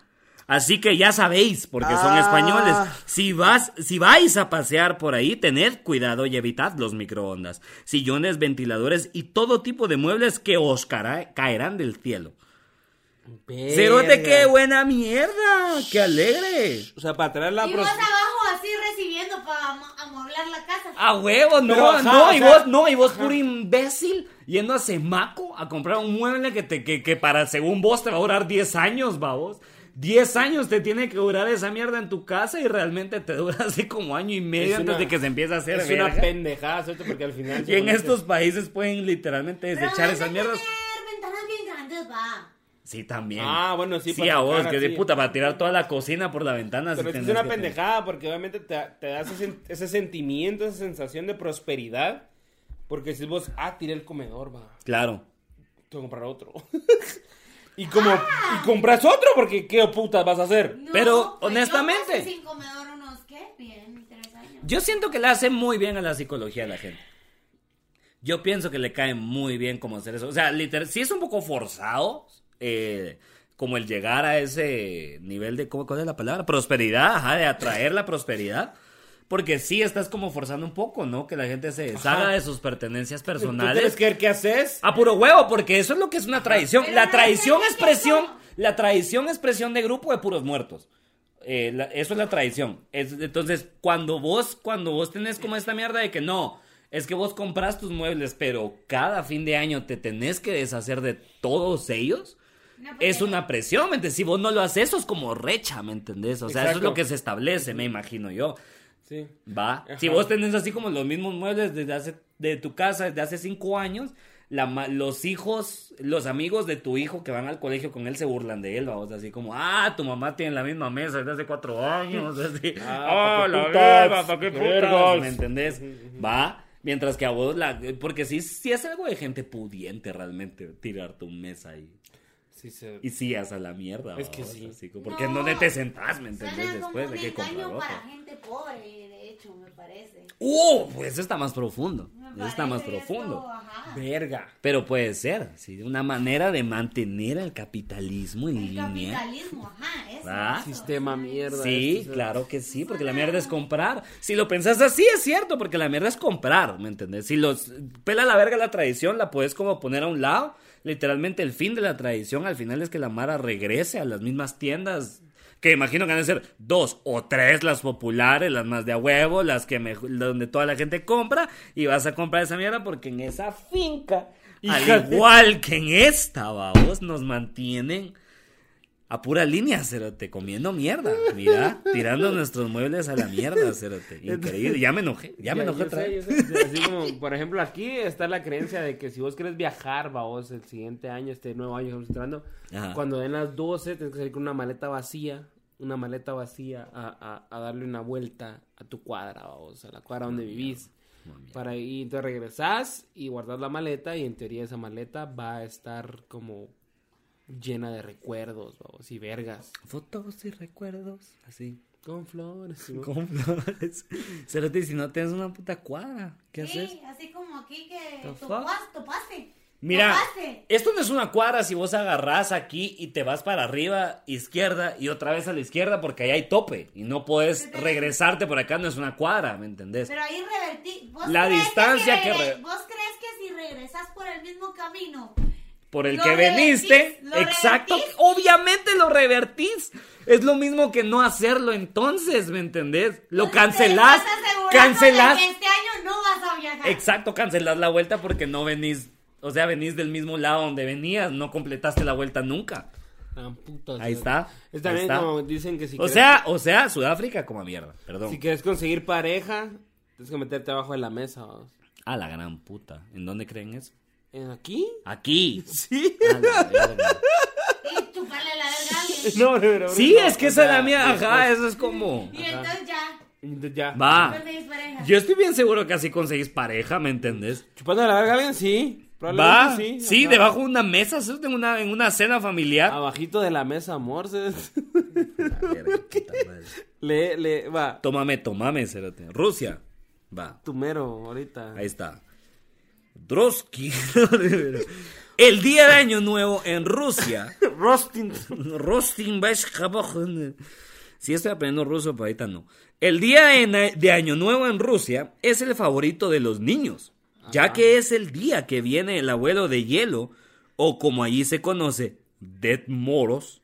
S2: Así que ya sabéis, porque son
S1: Ah.
S2: españoles, si, vas, si vais a pasear por ahí, tened cuidado y evitad los microondas, sillones, ventiladores y todo tipo de muebles que os cara- caerán del cielo. ¡Cerote, qué buena mierda! ¡Qué alegre!
S1: O sea, para traer la
S3: Y vos
S1: pros-
S3: abajo así recibiendo para am- amoblar la casa.
S2: ¡A huevo! No,
S1: Pero, ajá,
S2: no,
S1: o
S2: y
S1: sea,
S2: vos, no, y vos puro imbécil yendo a Semaco a comprar un mueble que, te, que, que para, según vos, te va a durar 10 años, va vos. 10 años te tiene que durar esa mierda en tu casa y realmente te dura así como año y medio
S1: Es
S2: antes
S1: una-
S2: de que se empiece a hacer
S1: Es una
S2: verga.
S1: pendejada, ¿cierto? Porque al final.
S2: Y en estos países pueden literalmente
S3: Pero
S2: desechar
S3: van a
S2: esas mierdas.
S3: tener ventanas bien grandes, va.
S2: Sí, también.
S1: Ah, bueno, sí,
S2: Sí,
S1: para
S2: a vos,
S1: sacar
S2: que de
S1: así.
S2: puta, para tirar toda la cocina por la ventana. sí
S1: Pero es que es
S2: tenés
S1: una
S2: que tener-
S1: pendejada porque obviamente te, te da ese, sen- ese sentimiento, esa sensación de prosperidad. Porque decís vos, ah, tiré el comedor, va.
S2: Claro.
S1: Tengo que comprar otro. y como, y compras otro porque qué putas vas a hacer.
S3: No,
S2: Pero,
S3: pues yo
S2: honestamente-
S3: pasé sin comedor unos, ¿qué? Bien, tres años.
S2: Yo siento que le hace muy bien a la psicología a la gente. Yo pienso que le cae muy bien como hacer eso. O sea, literal, sí es un poco forzado, eh, como el llegar a ese nivel de, ¿cómo, ¿cuál es la palabra? Prosperidad, ajá, de atraer la prosperidad. Porque sí estás como forzando un poco, ¿no? Que la gente se deshaga
S1: Ajá.
S2: de sus pertenencias
S1: ¿Tú tienes
S2: personales.
S1: que ver qué haces?
S2: A puro huevo, porque eso es lo que es una traición.
S3: Pero
S2: La
S3: no
S2: traición
S3: entendí
S2: es presión.
S3: eso.
S2: La traición es presión de grupo de puros muertos. Eh, la- eso es la traición. Es- entonces, cuando vos, cuando vos tenés como esta mierda de que no, es que vos compras tus muebles, pero cada fin de año te tenés que deshacer de todos ellos.
S3: No, Ah, pues, porque-
S2: Es una presión, ¿me entendés? Si vos no lo haces, eso es como recha, ¿me entendés? O sea, eso es
S1: Exacto.
S2: lo que se establece, me imagino yo.
S1: Sí.
S2: Va.
S1: Ajá.
S2: Si vos tenés así como los mismos muebles desde hace, de tu casa desde hace cinco años, la ma- los hijos, los amigos de tu hijo que van al colegio con él se burlan de él, vamos, así como, ah, tu mamá tiene la misma mesa desde hace cuatro años, así,
S1: Ah,
S2: ah,
S1: pa' qué
S2: la
S1: putas,
S2: verga, pa' qué putas",
S1: vergas.
S2: ¿me entendés? Va. Mientras que a vos, la, porque sí, sí es algo de gente pudiente realmente tirar tu mesa ahí.
S1: Sí, se-
S2: Y sí, hasta la mierda.
S1: Es que
S2: vamos,
S1: sí.
S2: así como, porque no.
S3: No.
S2: te sentás, ¿me entendés?
S3: Suena como
S2: Después
S3: un
S2: de que comprar
S3: engaño
S2: otro.
S3: para gente pobre, de hecho, me parece.
S2: ¡Uh! Pues está más profundo.
S3: Me
S2: Eso está más
S3: parece esto,
S2: profundo.
S3: ajá.
S1: Verga.
S2: Pero puede ser, sí, una manera de mantener al capitalismo en
S3: El
S2: línea.
S3: capitalismo, ajá, eso.
S2: ¿Va?
S3: eso.
S1: Sistema mierda.
S2: Sí,
S1: esto es-
S2: claro que sí, porque la mierda es comprar. Si lo pensás así, es cierto, porque la mierda es comprar, ¿me entendés? Si los pela la verga la tradición, la puedes como poner a un lado. Literalmente el fin de la tradición al final es que la Mara regrese a las mismas tiendas. Que imagino que van a ser dos o tres las populares, las más de a huevo, las que mejo- donde toda la gente compra. Y vas a comprar esa mierda porque en esa finca,
S1: Hija
S2: al
S1: de-
S2: igual que en esta, babos, nos mantienen a pura línea, Cerote, comiendo mierda. Mira, tirando nuestros muebles a la mierda, Cerote. Increíble. Ya me enojé, ya me enojé
S1: yo
S2: otra
S1: sé,
S2: vez.
S1: yo sé. Así como, por ejemplo, aquí está la creencia de que si vos querés viajar, va vos el siguiente año, este nuevo año que estamos entrando,
S2: Ajá.
S1: cuando den las 12 tienes que salir con una maleta vacía, una maleta vacía a, a- a darle una vuelta a tu cuadra, va vos, a la cuadra donde vivís.
S2: mami.
S1: Para y entonces regresás y guardás la maleta y en teoría esa maleta va a estar como llena de recuerdos, vamos, y vergas.
S2: Fotos y recuerdos, así.
S1: Con flores. ¿no?
S2: Con flores. Cerote, si no tienes una puta cuadra, ¿qué haces?
S3: Sí, así como aquí que
S2: The
S3: topas, topaste.
S2: Mira,
S3: Topaste.
S2: esto no es una cuadra si vos agarrás aquí y te vas para arriba, izquierda y otra vez a la izquierda porque ahí hay tope y no puedes regresarte por acá, no es una cuadra, ¿me entendés?
S3: Pero ahí revertí. ¿Vos
S2: La
S3: crees
S2: distancia
S3: si
S2: que
S3: regre-
S2: re-
S3: ¿Vos crees que si regresas por el mismo camino?
S2: Por el
S3: lo
S2: que veniste,
S3: revertís, lo
S2: exacto,
S3: revertís.
S2: obviamente lo revertís. Es lo mismo que no hacerlo entonces, ¿me entendés? Lo
S3: entonces te
S2: cancelás,
S3: estás asegurando de
S2: cancelás.
S3: que este año no vas a viajar.
S2: Exacto, cancelás la vuelta porque no venís, o sea, venís del mismo lado donde venías, no completaste la vuelta nunca.
S1: Tan putas,
S2: Ahí
S1: ¿no?
S2: está,
S1: Es
S2: ahí
S1: también
S2: está.
S1: como dicen que si
S2: o
S1: quieres,
S2: sea, o sea, Sudáfrica como mierda, perdón.
S1: si quieres conseguir pareja, tienes que meterte abajo de la mesa, vamos.
S2: A la gran puta. ¿En dónde creen eso?
S1: ¿En aquí?
S2: Aquí.
S1: Sí.
S2: A la verga.
S3: Y chuparle la verga a alguien.
S1: No, pero
S2: Sí,
S1: no,
S2: es que
S1: o
S2: esa es
S1: sea,
S2: la mía.
S1: es-
S2: Ajá, eso es como.
S3: Y entonces ya.
S1: Entonces Ya.
S2: Va.
S3: Pues mis parejas.
S2: Ah. Yo estoy bien seguro que así conseguís pareja, ¿me entendés?
S1: Chupando la verga a alguien, sí.
S2: Va.
S1: Probablemente
S2: Sí,
S1: sí. ajá.
S2: debajo de una mesa, eso es en una, en una cena familiar.
S1: Abajito de la mesa, amor. se-
S2: Ah, La verga, puta madre.
S1: le, le, va.
S2: Tómame, tómame, cerote. Rusia. Va.
S1: Tu mero, ahorita.
S2: Ahí está. Drosky. El día de Año Nuevo en Rusia.
S1: Rostin.
S2: Rostin Bashkabakh. Si estoy aprendiendo ruso, pero ahorita no. El día de, na- de Año Nuevo en Rusia es el favorito de los niños, ya que es el día que viene el abuelo de hielo, o como allí se conoce, Dead Moros,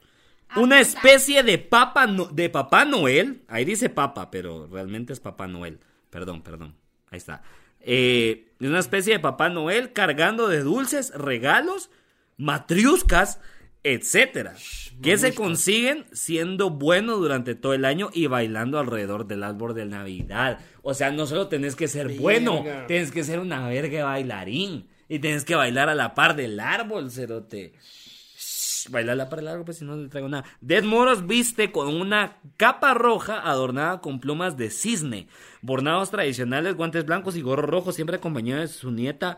S2: una especie de Papa No- de Papá Noel. Ahí dice Papa, pero realmente es Papá Noel. Perdón, perdón. Ahí está. Eh, una especie de Papá Noel cargando de dulces, regalos, matriuscas, etcétera, que se consiguen siendo buenos durante todo el año y bailando alrededor del árbol de Navidad. O sea, no solo tenés que ser bueno, tenés que ser una verga de bailarín y tenés que bailar a la par del árbol, cerote. Bailarla para largo, pues si no le traigo nada. Dead Moros viste con una capa roja adornada con plumas de cisne, bordados tradicionales, guantes blancos y gorro rojo, siempre acompañado de su nieta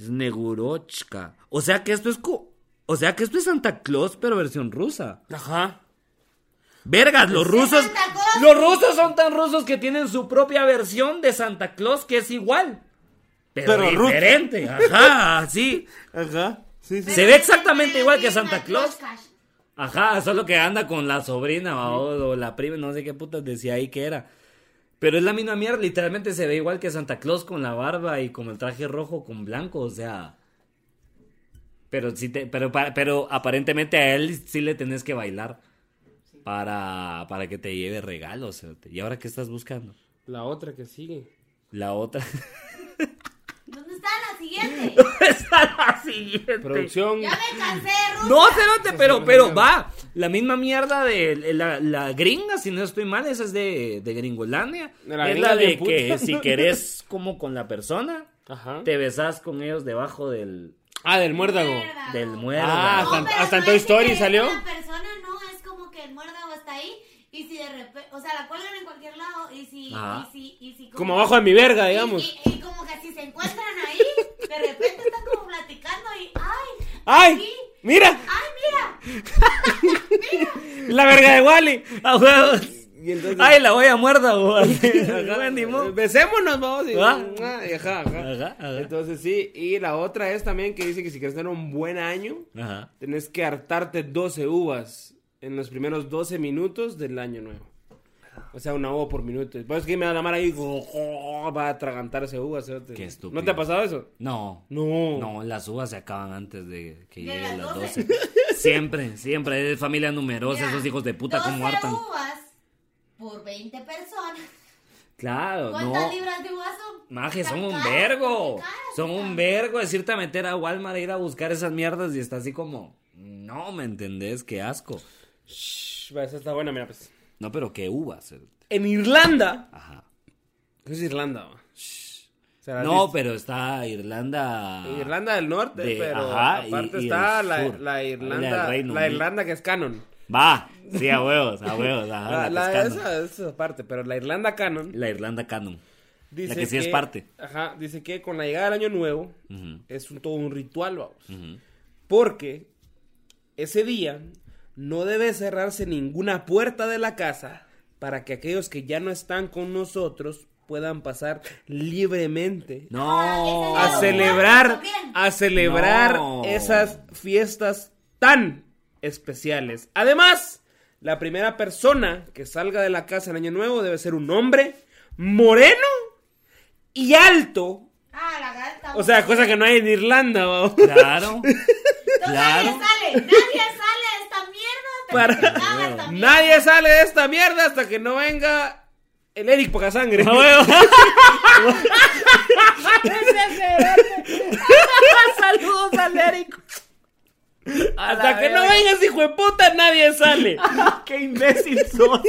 S2: Snegurochka. O sea que esto es co- o sea que esto es Santa Claus, pero versión rusa.
S1: Ajá.
S2: Vergas, los rusos.
S3: Santa Claus.
S2: Los rusos son tan rusos que tienen su propia versión de Santa Claus que es igual. Pero,
S1: Pero rusa.
S2: diferente. Ajá, sí.
S1: Ajá. Sí, sí.
S2: Se ve exactamente igual que
S3: Pero tiene
S2: Santa Claus.
S3: cash.
S2: Ajá, solo que anda con la sobrina va, o, o la prima, no sé qué putas decía ahí que era. Pero es la misma mierda, literalmente se ve igual que Santa Claus con la barba y con el traje rojo con blanco, o sea. Pero sí te, pero, pa- pero aparentemente a él sí le tenés que bailar para, para que te lleve regalos. cerote. ¿Y ahora qué estás buscando?
S1: La otra que sigue.
S2: La otra.
S3: ¿Dónde está la siguiente?
S2: Está la siguiente.
S1: Producción.
S3: Ya me cansé de Rusia.
S2: No, cerote, pero, pero va. La misma mierda de la, la gringa, si no estoy mal, esa es de, de Gringolandia.
S1: La
S2: es
S1: gringa
S2: la de
S1: bien puta.
S2: que si querés como con la persona,
S1: Ajá.
S2: te besás con ellos debajo del,
S1: Ah, del muérdago.
S3: Mierda.
S2: del muerdo.
S1: Ah,
S3: No,
S1: hasta-
S3: pero
S1: hasta en
S3: no
S1: Toy
S3: es que
S1: Story
S3: es
S1: salió.
S3: una persona no, es como que el muérdago está ahí y si de repente, o sea, la cuelgan en cualquier lado y si,
S2: Ajá.
S3: y si, y si
S1: Como abajo de mi verga,
S3: y-
S1: digamos.
S3: Y, y como que si se encuentran ahí, de repente están como platicando y ay,
S1: ¡Ay!
S3: aquí,
S1: ¡Mira!
S3: ay, mira,
S1: ¡La verga de Wally!
S2: A huevos.
S1: Y entonces-
S2: Ay, la voy a muerda, ánimo.
S1: Besémonos, vamos. y-
S2: Ah.
S1: ah, y Ajá, ajá.
S2: Ajá, ajá.
S1: Entonces sí. Y la otra es también que dice que si quieres tener un buen año,
S2: Ajá.
S1: tenés que hartarte 12 uvas en los primeros 12 minutos del año nuevo. O sea, una uva por minuto. Pues es que me va a llamar ahí. "Oh, Va a atragantarse uvas. cerote.
S2: Qué estúpido.
S1: ¿No te ha pasado eso?
S2: No.
S1: No.
S2: No, las uvas se acaban antes de que
S3: De las
S2: lleguen las 12.
S3: 12.
S2: Siempre, siempre. Es familia numerosa,
S3: mira.
S2: esos hijos de puta, cómo
S3: 12
S2: hartan.
S3: uvas por 20 personas.
S2: Claro, no.
S3: ¿Cuántas libras de uvas son?
S2: Maje,
S3: Está
S2: son un
S3: caro,
S2: vergo.
S3: está caro,
S2: Son
S3: está
S2: un vergo. Es irte a meter a Walmart a ir a buscar esas mierdas y está así como, no, ¿me entendés? Qué asco.
S1: Shh, va, esa está buena, mira, pues.
S2: No, pero qué uvas. eh.
S1: En Irlanda.
S2: Ajá.
S1: ¿Qué es Irlanda? va? ¿Será
S2: No,
S1: Ah, listo?
S2: pero está Irlanda.
S1: Irlanda del Norte,
S2: Ah. De-
S1: pero
S2: ajá, y-
S1: aparte
S2: y
S1: está
S2: del
S1: la,
S2: sur. Ah,
S1: la Irlanda,
S2: La del
S1: la,
S2: Reino Unido.
S1: Irlanda que es canon.
S2: Va. Sí, a huevos, a huevos. Ajá,
S1: La,
S2: Ah, la,
S1: la-
S2: pescando.
S1: esa, esa parte, pero la Irlanda canon
S2: La Irlanda Canon.
S1: Dice
S2: que sí es parte.
S1: Ajá, dice que con la llegada del año nuevo
S2: Ujú,
S1: es un- todo un ritual, vamos.
S2: ujú.
S1: Porque ese día no debe cerrarse ninguna puerta de la casa para que aquellos que ya no están con nosotros puedan pasar libremente
S2: No.
S3: Ah,
S1: a
S3: ese
S1: celebrar,
S3: Bien.
S1: a celebrar
S2: Oh. No.
S1: esas fiestas tan especiales. Además, la primera persona que salga de la casa en Año Nuevo debe ser un hombre moreno y alto.
S3: Ah, la gata.
S1: O sea, cosa que no hay en Irlanda, ¿va?
S2: Claro.
S3: Entonces,
S2: claro.
S3: Nadie sale, nadie sale de esta mierda.
S1: Para-
S3: Para. Esta mierda.
S1: Nadie sale de esta mierda hasta que no venga el Eric poca sangre.
S2: A huevo. Saludos al Eric.
S1: hasta que no venga ese hijo de puta, nadie sale.
S2: Ah, ¡Qué imbécil sos!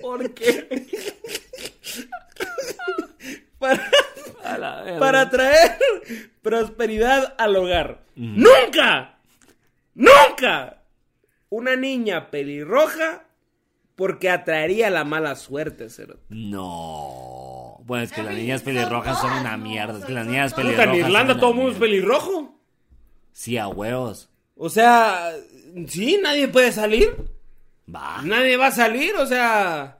S2: ¿Por qué?
S1: Para,
S2: A la verga.
S1: para traer prosperidad al hogar. ¡Nunca! ¡Nunca! Una niña pelirroja porque atraería la mala suerte, cerote.
S2: No. Bueno, es que las
S3: Ay,
S2: niñas
S3: son
S2: pelirrojas son
S3: todas,
S2: una
S3: no,
S2: mierda. Es que
S3: son-
S2: las
S3: son
S2: niñas
S3: todas.
S1: Puta,
S2: pelirrojas.
S1: en Irlanda
S2: son
S1: todo el
S2: una
S1: mundo es
S2: mierda.
S1: pelirrojo.
S2: Sí, a huevos.
S1: O sea, sí, nadie puede salir.
S2: Va.
S1: Nadie va a salir, o sea.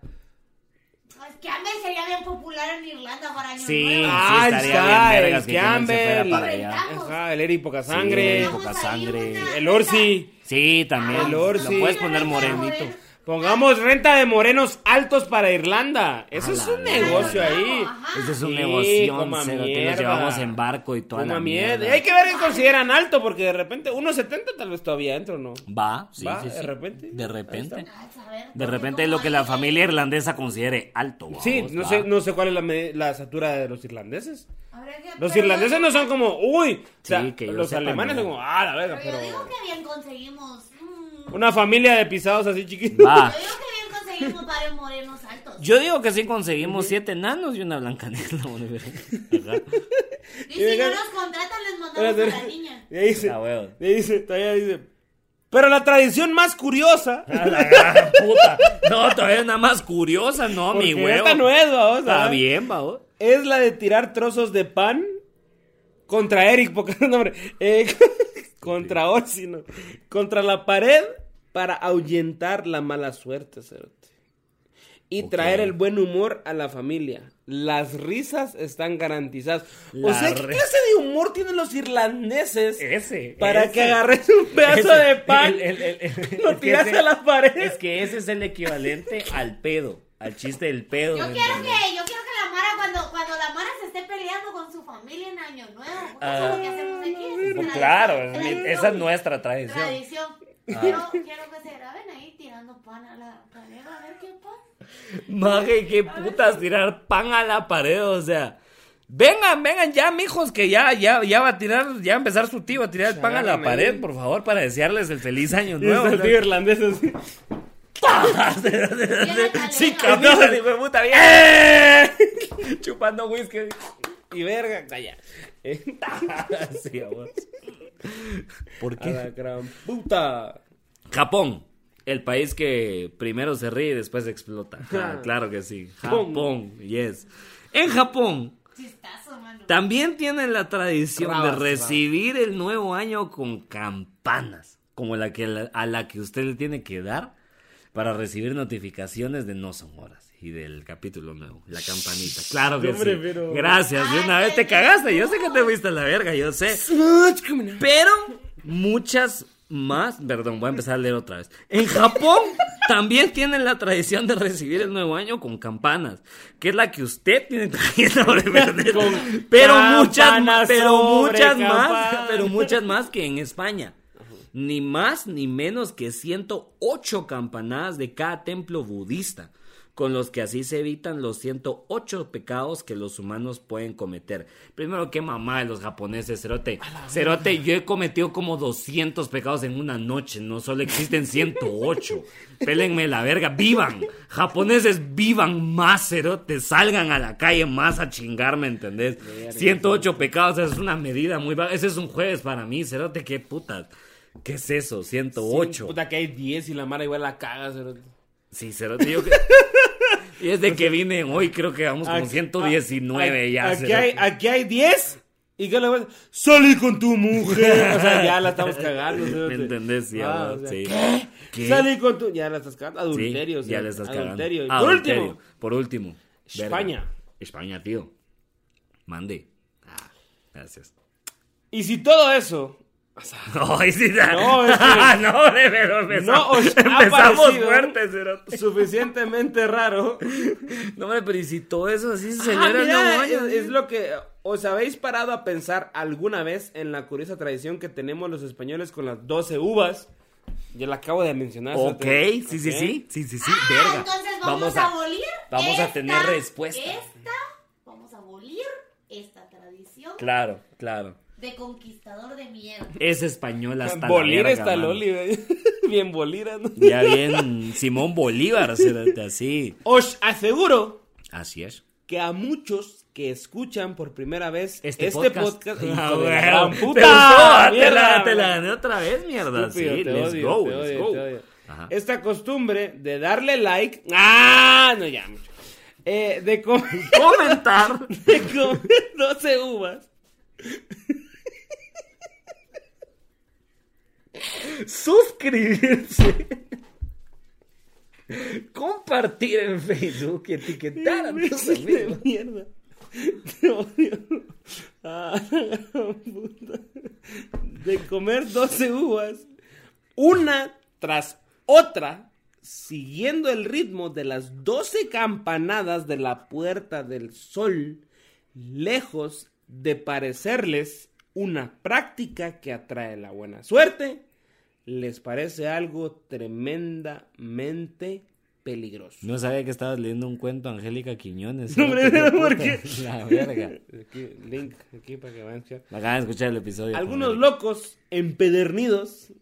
S3: Es que Amber sería bien popular en Irlanda para año
S2: Sí, sí,
S3: nuevo.
S1: Ah, ahí
S2: estaría
S1: está,
S2: bien
S1: el
S2: vergas que Cameron se fuera
S1: Campbell.
S2: para allá.
S3: Vamos.
S1: Ajá, el Eric poca
S2: Sí,
S1: sangre.
S2: el poca
S3: Vamos a ir
S2: sangre.
S3: una-
S1: el Orsi.
S2: Sí, también.
S1: El
S2: Ah, Lo
S1: Orsi.
S2: puedes poner morenito.
S1: Pongamos renta de morenos altos para Irlanda.
S2: A
S1: Eso es
S2: la
S1: un
S2: verga.
S1: negocio ahí.
S3: Ajá.
S2: Ese es un
S1: Sí,
S2: negocio,
S1: coma
S2: cerote. Los
S1: mierda.
S2: llevamos en barco y toda
S1: Toma
S2: la
S1: mierda.
S2: mierda.
S1: Y Hay que ver qué consideran alto, porque de repente 1.70 tal vez todavía entro, ¿no?
S2: Va, sí,
S1: Va,
S2: sí,
S1: de
S2: sí.
S1: repente.
S2: De
S1: Ahí
S2: repente.
S3: Ay, saber,
S2: De
S3: porque
S2: repente
S3: como
S2: lo que la
S3: alguien-
S2: familia irlandesa considere alto. vamos,
S1: Sí, no
S2: va.
S1: sé, no sé cuál es la, me- la estatura de los irlandeses.
S3: Habría que-
S1: Los
S3: pero-
S1: irlandeses no son como, uy, o sea,
S2: Sí, que yo
S1: los
S2: sepa,
S1: alemanes
S2: no.
S1: son como, ah, la verga,
S3: Pero
S1: pero...
S3: yo digo que bien conseguimos. mm,
S1: Una familia de pisados así chiquitos.
S2: Va.
S3: Yo digo que bien conseguimos varios morenos altos.
S2: Yo digo que sí conseguimos siete nanos y una blanca
S3: y
S1: y
S3: si
S1: venga-
S3: no nos contratan, les mandamos a la niña.
S1: Y ahí dice,
S2: Ah, weón.
S1: y ahí dice, todavía dice, pero la tradición más curiosa...
S2: puta. No, todavía es nada más curiosa, no, mi
S1: porque
S2: huevo.
S1: Esta no es, vamos,
S2: Está
S1: ¿verdad?
S2: bien, vamos.
S1: es la de tirar trozos de pan contra Eric, porque no, hombre, eh, contra Orsi, no, contra la pared para ahuyentar la mala suerte, cerote. Y
S2: Ok.
S1: traer el buen humor a la familia. Las risas están garantizadas.
S2: La
S1: o sea, ¿qué
S2: ri-
S1: clase de humor tienen los irlandeses
S2: Ese.
S1: para
S2: ese.
S1: que agarres un pedazo
S2: Ese.
S1: de pan,
S2: El- el- el- el-
S1: lo
S2: es que
S1: tiras
S2: ese-
S1: a la pared?
S2: Es que ese es el equivalente al pedo. Al chiste del pedo.
S3: Yo
S2: ¿me
S3: quiero
S2: entendés?
S3: que, yo quiero que la Mara, cuando, cuando la Mara se esté peleando con su familia en Año Nuevo,
S2: Ah.
S3: eso es lo que hacemos aquí. es
S2: Pues
S3: tradición,
S2: claro, es mi-
S3: tradición,
S2: esa es nuestra tradición. Ah.
S3: Tradición. Quiero, quiero que se graben ahí tirando pan a la pared a ver qué pasa.
S2: Maje, qué putas tirar pan a la pared, o sea. Vengan, vengan ya, mijos, que ya, ya, ya va a tirar, ya va a empezar su tío a tirar el pan a la
S1: Agárrame
S2: pared,
S1: ahí.
S2: por favor, para desearles el feliz año
S1: Y está
S2: nuevo.
S1: el tío irlandés así.
S2: Sí,
S3: cabrón.
S2: cabrón, hijo de puta, bien. Chupando whisky. Ah,
S1: Y verga, calla. Eh,
S2: Sí, amor. ¿Por
S1: a la gran puta.
S2: Japón, el país que primero se ríe y después explota. Ah, claro que sí. Japón, yes. En Japón,
S3: Chistazo, mano.
S2: También tienen la tradición
S1: Rabas,
S2: de recibir el nuevo año con campanas, como la que a la que usted le tiene que dar para recibir notificaciones de no son horas y del capítulo nuevo, la campanita. Claro que
S1: Hombre,
S2: sí.
S1: pero-
S2: Gracias, de una
S3: Ay,
S2: vez te
S3: qué
S2: cagaste, yo
S3: lindo.
S2: sé que te fuiste a la verga, yo sé. Pero muchas más, perdón, voy a empezar a leer otra vez. En Japón también tienen la tradición de recibir el nuevo año con campanas, que es la que usted tiene también sobre verde.
S1: Con
S2: Pero muchas
S1: campanas
S2: más, pero
S1: sobre
S2: muchas más,
S1: campanas.
S2: pero muchas más que en España. Ni más ni menos que 108 campanadas de cada templo budista, con los que así se evitan los 108 pecados que los humanos pueden cometer. Primero, qué mamá de los japoneses, Cerote. Cerote, yo he cometido como 200 pecados en una noche, no solo existen 108. Pélenme la verga, vivan. Japoneses, vivan más, Cerote. Salgan a la calle más a chingarme, ¿entendés? 108 pecados, esa es una medida muy baja. Ese es un jueves para mí, Cerote, qué putas. ¿Qué es eso? 108.
S1: Puta, que hay 10 y la mara igual la caga, cerote.
S2: Sí, Cerote, yo, Y desde que vine hoy creo que vamos
S1: Aquí-
S2: como 119
S1: a-
S2: ya.
S1: Aquí
S2: cerote.
S1: hay, aquí hay 10. ¿Y qué le vas a decir? Salí con tu mujer. O sea, ya la estamos cagando.
S2: ¿Me
S1: cerote.
S2: entendés? Sí,
S1: Ah,
S2: abogado,
S1: o sea,
S2: sí. ¿Qué?
S1: Salí con tu. Ya la estás cagando.
S2: Sí,
S1: Adulterio.
S2: ya
S1: cerote.
S2: le estás cagando.
S1: Adulterio. Y
S2: Adulterio.
S1: Por último.
S2: Por último. verga.
S1: España.
S2: España, tío. Mande. Ah, gracias.
S1: Y si todo eso.
S2: No, y si da-
S1: Ah. No, es que-
S2: Ah, no, de verdad, empezamos,
S1: No, os ha
S2: empezamos
S1: parecido-
S2: fuertes, cerote.
S1: Suficientemente raro.
S2: No, hombre, pero y si todo eso así,
S1: Ah,
S2: señora,
S1: mira,
S2: no
S1: es,
S2: vaya.
S1: es lo que os habéis parado a pensar alguna vez en la curiosa tradición que tenemos los españoles con las 12 uvas. Yo la acabo de mencionar.
S2: Ok,
S1: ¿sí?
S2: sí, sí,
S1: Ok.
S2: sí, sí, sí, sí,
S3: Ah,
S2: verga.
S3: Entonces vamos, a abolir.
S2: vamos a
S3: esta-
S2: tener respuesta.
S3: Esta, vamos a abolir esta tradición
S2: Claro, claro.
S3: de conquistador de mierda.
S2: Es español hasta la
S1: Bolir
S2: verga,
S1: está
S2: mano.
S1: Loli, güey. bien bolira, ¿no?
S2: Ya bien Simón Bolívar, cerote, así.
S1: Os aseguro
S2: Así es.
S1: que a muchos que escuchan por primera vez
S2: Este,
S1: este,
S2: podcast.
S1: podcast, hijo
S2: Ah,
S1: de la
S2: bueno.
S1: gran
S2: Te
S1: puta,
S2: gustó, ah, te
S1: mierda,
S2: la- te la gané otra vez, mierda.
S1: estúpido,
S2: sí,
S1: te
S2: let's
S1: odio,
S2: go,
S1: te
S2: let's
S1: odio,
S2: go.
S1: te odio.
S2: Ajá.
S1: Esta costumbre de darle like, ah, no ya, mucho. Eh, de comer,
S2: Comentar.
S1: de comer 12 uvas.
S2: suscribirse, compartir en Facebook, etiquetar a tus amigos.
S1: Mierda. Te odio. Ah, puta. De comer 12 uvas, una tras otra, siguiendo el ritmo de las 12 campanadas de la Puerta del Sol, lejos de parecerles una práctica que atrae la buena suerte, les parece algo tremendamente peligroso.
S2: No sabía que estabas leyendo un cuento, Angélica Quiñones.
S1: No, hombre,
S2: Qué
S1: ¿por
S2: puta,
S1: qué?
S2: La verga.
S1: Aquí, link, aquí para que vayan a escuchar.
S2: Me acaban de escuchar el episodio.
S1: Algunos
S2: con
S1: locos empedernidos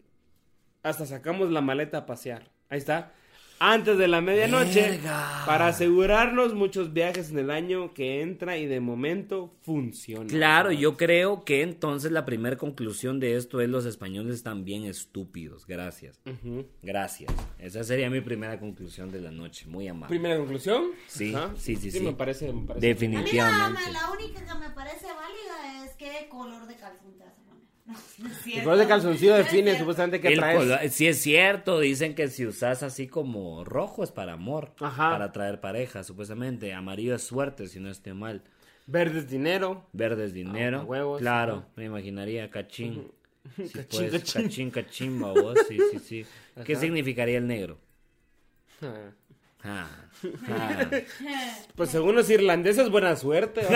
S1: hasta sacamos la maleta a pasear. Ahí está. Antes de la medianoche,
S2: Verga.
S1: para asegurarnos muchos viajes en el año que entra y de momento funciona.
S2: Claro, yo creo que entonces la primera conclusión de esto es los españoles están bien estúpidos. Gracias. Gracias. Esa sería mi primera conclusión de la noche. Muy amable.
S1: Primera conclusión.
S2: Sí,
S1: Ajá.
S2: sí, sí, sí.
S1: me parece. me parece.
S3: A mí la,
S2: Definitivamente.
S3: la única que me parece válida es que color de calzón te vas a poner. No, no es cierto.
S1: El color de calzoncillo
S3: No es
S1: define
S3: cierto.
S1: supuestamente qué
S2: El
S1: traes.
S2: color- sí es cierto, dicen que si usas así como rojo es para amor,
S1: Ajá.
S2: para atraer pareja, supuestamente. Amarillo es suerte, si no estoy mal.
S1: Verde es dinero.
S2: Verde es dinero.
S1: Ah, huevos.
S2: claro, me imaginaría cachín. Si
S1: Cachín,
S2: puedes,
S1: cachín.
S2: cachín, cachín, babos, sí, sí, sí. ¿Qué significaría el negro?
S1: Ah.
S2: Ah, ah.
S1: Pues según los irlandeses, buena suerte.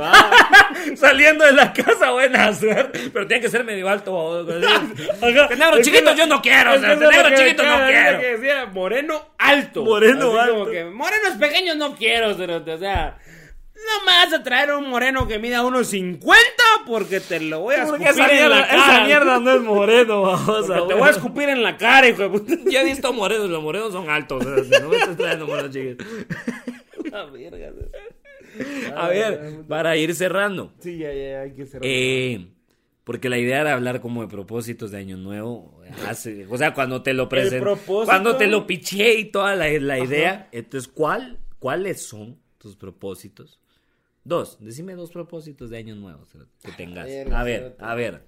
S1: Va.
S2: Saliendo de la casa, buena suerte. Pero tiene que ser medio alto. babos. El negro
S1: Es que
S2: chiquito
S1: lo-
S2: yo no quiero. o
S1: Es
S2: sea,
S1: que
S2: el
S1: eso es lo
S2: negro
S1: que-
S2: chiquito no
S1: claro, es lo
S2: quiero.
S1: que decía, moreno alto.
S2: Moreno
S1: Así como
S2: alto.
S1: que, morenos pequeños no quiero, cerote, o sea... No me vas a traer un moreno que mida unos 50 porque te lo voy a
S2: Porque
S1: escupir
S2: esa
S1: en
S2: mierda,
S1: la cara.
S2: esa mierda no es moreno, babosa.
S1: Porque te
S2: bueno.
S1: voy a escupir en la cara, hijo de puta.
S2: Ya he visto morenos, los morenos son altos. o sea, No me estés trayendo morenos chiquitos.
S1: La verga, Ah,
S2: A ver, para ir cerrando.
S1: Sí, ya, ya, hay que cerrar.
S2: eh, porque la idea era hablar como de propósitos de Año Nuevo. hace- o sea, cuando te lo presenté.
S1: propósito-
S2: Cuando te lo piché y toda la, la idea. Entonces, ¿cuál, ¿cuáles son tus propósitos? Dos, decime dos propósitos de Año Nuevo cerote, que tengas.
S1: verga,
S2: A ver,
S1: cerote.
S2: a ver,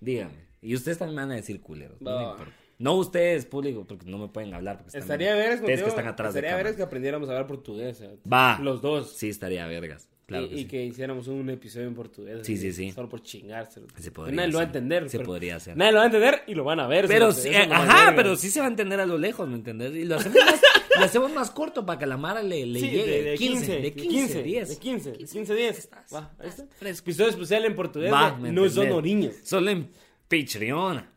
S2: dígame. Y ustedes también me van a decir culeros. No, me
S1: Va.
S2: importa. No ustedes, público, porque no me pueden hablar. Porque están-
S1: Estaría ver es
S2: ustedes que están atrás de
S1: Estaría ver
S2: cámara.
S1: es que aprendiéramos a hablar portugués. cerote.
S2: Va.
S1: Los dos.
S2: Sí, estaría vergas. Claro
S1: y
S2: que
S1: y
S2: sí.
S1: que hiciéramos un episodio en portugués.
S2: Sí,
S1: así,
S2: sí, sí.
S1: Solo por chingarse.
S2: Se podría
S1: Nadie lo va a
S2: hacer.
S1: entender.
S2: Se
S1: pero-
S2: podría hacer.
S1: Nadie lo va a entender y lo van a ver.
S2: Pero
S1: cerote,
S2: sí, eh,
S1: eso es lo más
S2: ajá,
S1: verga.
S2: pero sí se va a entender a lo lejos, ¿me entendés? Y lo hacemos más, lo hacemos más corto para que a la Mara le, le
S1: Sí,
S2: llegue.
S1: de, de 15,
S2: de 15, 10.
S1: De 15, de 15, 10.
S2: Estás-
S1: Va, ahí está.
S2: fresco.
S1: Episodio especial en portugués.
S2: Va,
S1: de
S2: ¿me
S1: no son
S2: entendés?
S1: oriños.
S2: Solo en Patreon.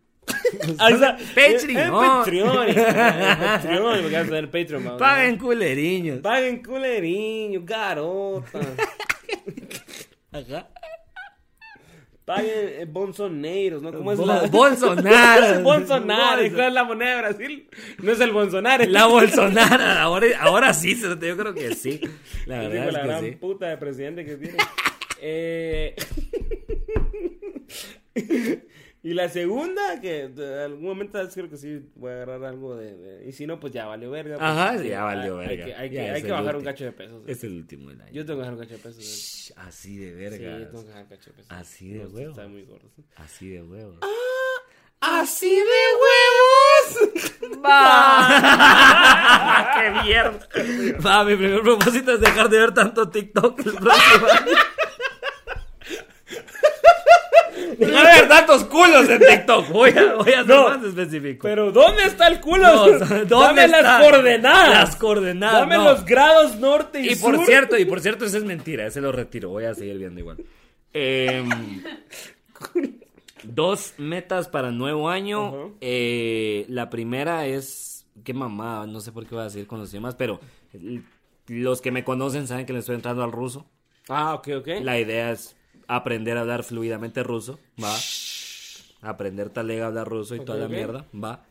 S1: Ahí está.
S2: Patreon.
S1: Eh, eh, Patreon. eh, Patreon. Porque vas a tener Patreon. va,
S2: Paguen culeriños.
S1: va. Paguen culeriño, garota.
S2: Ajá.
S1: Paguen eh, bolsoneiros, ¿no? ¿Cómo es
S2: Bol-
S1: la...
S2: Bolsonaro.
S1: Bolsonaro, ¿cuál es la moneda de Brasil? No es el Bolsonaro.
S2: La Bolsonaro. Ahora, ahora sí, cerote, yo creo que sí. La
S1: Digo,
S2: verdad
S1: la
S2: es
S1: gran
S2: que sí.
S1: puta de presidente que tiene. Eh, Y la segunda, que en algún momento creo que sí voy a agarrar algo de... de- y si no, pues ya valió verga. pues,
S2: Ajá,
S1: sí,
S2: ya valió
S1: hay-
S2: verga.
S1: Hay que, hay
S2: Ya
S1: que-
S2: es
S1: hay que
S2: el
S1: bajar un
S2: último.
S1: cacho de pesos. eh.
S2: Es el último del año.
S1: Yo tengo que bajar un cacho de pesos. eh. Sí,
S2: Shh, así de
S1: yo
S2: verga.
S1: tengo que bajar un cacho de pesos.
S2: Así de
S1: No,
S2: huevos.
S1: Está muy ¿eh? gordo.
S2: Así de huevos.
S1: ¡Así de huevos!
S2: ¡Qué mierda! Va, mi primer propósito es dejar de ver tanto TikTok el próximo año. Dejar de ver tantos culos en TikTok. Voy a, voy a ser
S1: No,
S2: más específico.
S1: Pero ¿dónde está el culo?
S2: No, o sea, ¿dónde
S1: Dame
S2: está?
S1: las coordenadas.
S2: Las coordenadas,
S1: Dame
S2: no.
S1: los grados norte y,
S2: Y por
S1: sur.
S2: cierto, y por cierto, eso es mentira, ese lo retiro, voy a seguir viendo igual. Em, dos metas para el nuevo año.
S1: Ajá.
S2: Eh, la primera es, qué mamá, no sé por qué voy a seguir con los idiomas, pero l- los que me conocen saben que le estoy entrando al ruso.
S1: Ah, ok, ok.
S2: La idea es aprender a hablar fluidamente ruso, va. Aprender talega a hablar ruso y toda la
S1: ok.
S2: mierda, va.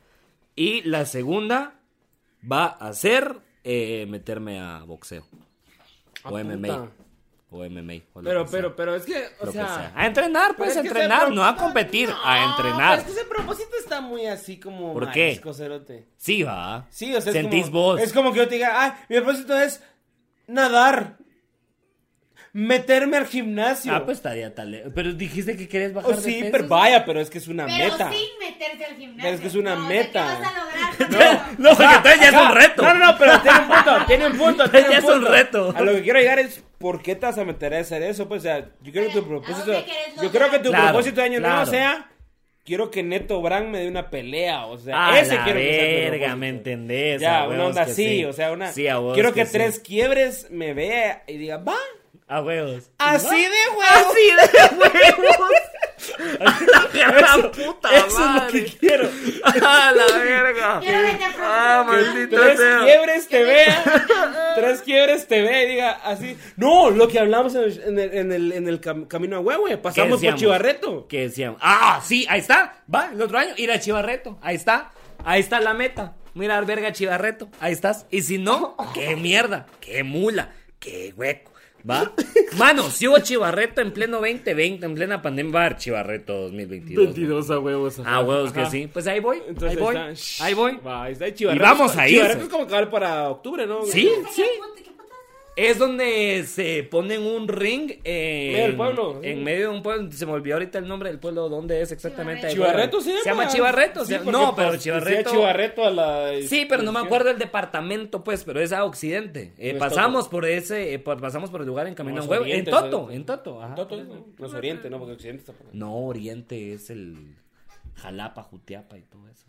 S2: Y la segunda va a ser eh, meterme a boxeo.
S1: Ah,
S2: O MMA.
S1: puta.
S2: O MMA. o lo
S1: Pero,
S2: que sea,
S1: pero, pero es que, o
S2: lo que
S1: sea...
S2: sea. A entrenar, pues,
S1: Pero es
S2: a
S1: que
S2: entrenar,
S1: ese
S2: no a
S1: propósito-
S2: competir, a
S1: No,
S2: entrenar.
S1: pero es que ese propósito está muy así como
S2: ¿Por qué?
S1: marisco, cerote.
S2: Sí, va.
S1: Sí, o sea, es
S2: Sentís
S1: como,
S2: vos.
S1: Es como que yo te diga, ah, mi propósito es nadar. Meterme al gimnasio.
S2: Ah, pues estaría tal. Pero dijiste que querés bajar
S1: Oh,
S2: de
S1: sí,
S2: peso.
S1: pero vaya, pero es que es una
S3: Pero
S1: meta.
S3: sin meterse al gimnasio.
S1: Pero es que es una
S3: No, o sea,
S1: meta.
S3: ¿Qué vas a lograr? con eso?
S2: No, porque entonces ya es
S1: Ajá.
S2: un reto.
S1: No, no, no, pero tiene un punto, tiene un punto, tiene
S2: Ya es un
S1: punto.
S2: reto.
S1: A lo que quiero llegar es ¿por qué te vas a meter a hacer eso? Pues, o sea, yo creo que
S3: Pero, ¿a
S1: tu
S3: dónde
S1: propósito.
S3: querés
S1: Yo creo que tu
S2: lograr?
S1: propósito de año nuevo
S2: Claro,
S1: sea. Quiero que Neto Brand me dé una pelea. O sea,
S2: Ah,
S1: ese
S2: la
S1: quiero que sea. tu
S2: verga,
S1: propósito.
S2: me entendés.
S1: Ya,
S2: a
S1: una
S2: huevos
S1: onda
S2: que
S1: así,
S2: sí.
S1: o sea, una.
S2: Sí, a huevos
S1: quiero que,
S2: sí.
S1: tres quiebres me vea y diga, va.
S2: A huevos.
S1: Así de huevo.
S2: Así de huevos. A la gran puta
S1: Eso es
S2: madre.
S1: lo que quiero.
S2: A la verga.
S3: Quiero meter
S2: Ah,
S3: propósito.
S2: maldito
S1: Tres
S2: sea.
S1: quiebres te vea. Tres quiebres te vea y diga así. No, lo que hablamos en el, en el, en el- en el cam- camino a huevo, eh, pasamos por
S2: decíamos?
S1: Chivarreto.
S2: Que decían, ah, sí, ahí está, va, el otro año, ir a Chivarreto, ahí está, ahí está la meta, mira al verga Chivarreto, ahí estás, y si no, qué mierda, qué mula, qué hueco, va. Mano, si hubo Chivarreto en pleno 2020, en plena pandemia, va a haber Chivarreto 2022.
S1: a huevos.
S2: Ah, huevos que sí, pues ahí voy,
S1: Entonces,
S2: ahí voy,
S1: ahí está.
S2: ahí voy.
S1: Va, ahí está y Chivarreto.
S2: Y vamos a ir.
S1: Chivarreto es como acabar para octubre, ¿no? Eh,
S2: Sí,
S3: O sea,
S2: sí.
S3: ¿qué puta- qué puta-
S2: Es donde se ponen un ring eh,
S1: Medio del pueblo, sí.
S2: En medio de un pueblo. Se me olvidó ahorita el nombre del pueblo. ¿Dónde es exactamente? Ahí,
S1: Chivarreto
S2: güey.
S1: se llama.
S2: llama Chivarreto.
S1: Sí,
S2: se-
S1: porque
S2: no, pero
S1: pas- decía
S2: Chivarreto.
S1: Chivarreto a la.
S2: Sí, pero no me acuerdo el departamento, pues, pero es a Occidente. Eh,
S1: No es
S2: pasamos por ese, eh, por- pasamos por el lugar en Camino
S1: No,
S2: a
S1: es
S2: Huevo.
S1: Oriente,
S2: en Toto,
S1: es-
S2: en Toto. ajá.
S1: No, todo eso. No es Oriente, ¿no? Porque Occidente está por ahí.
S2: No, Oriente es el Jalapa, Jutiapa y todo eso. ¿sí?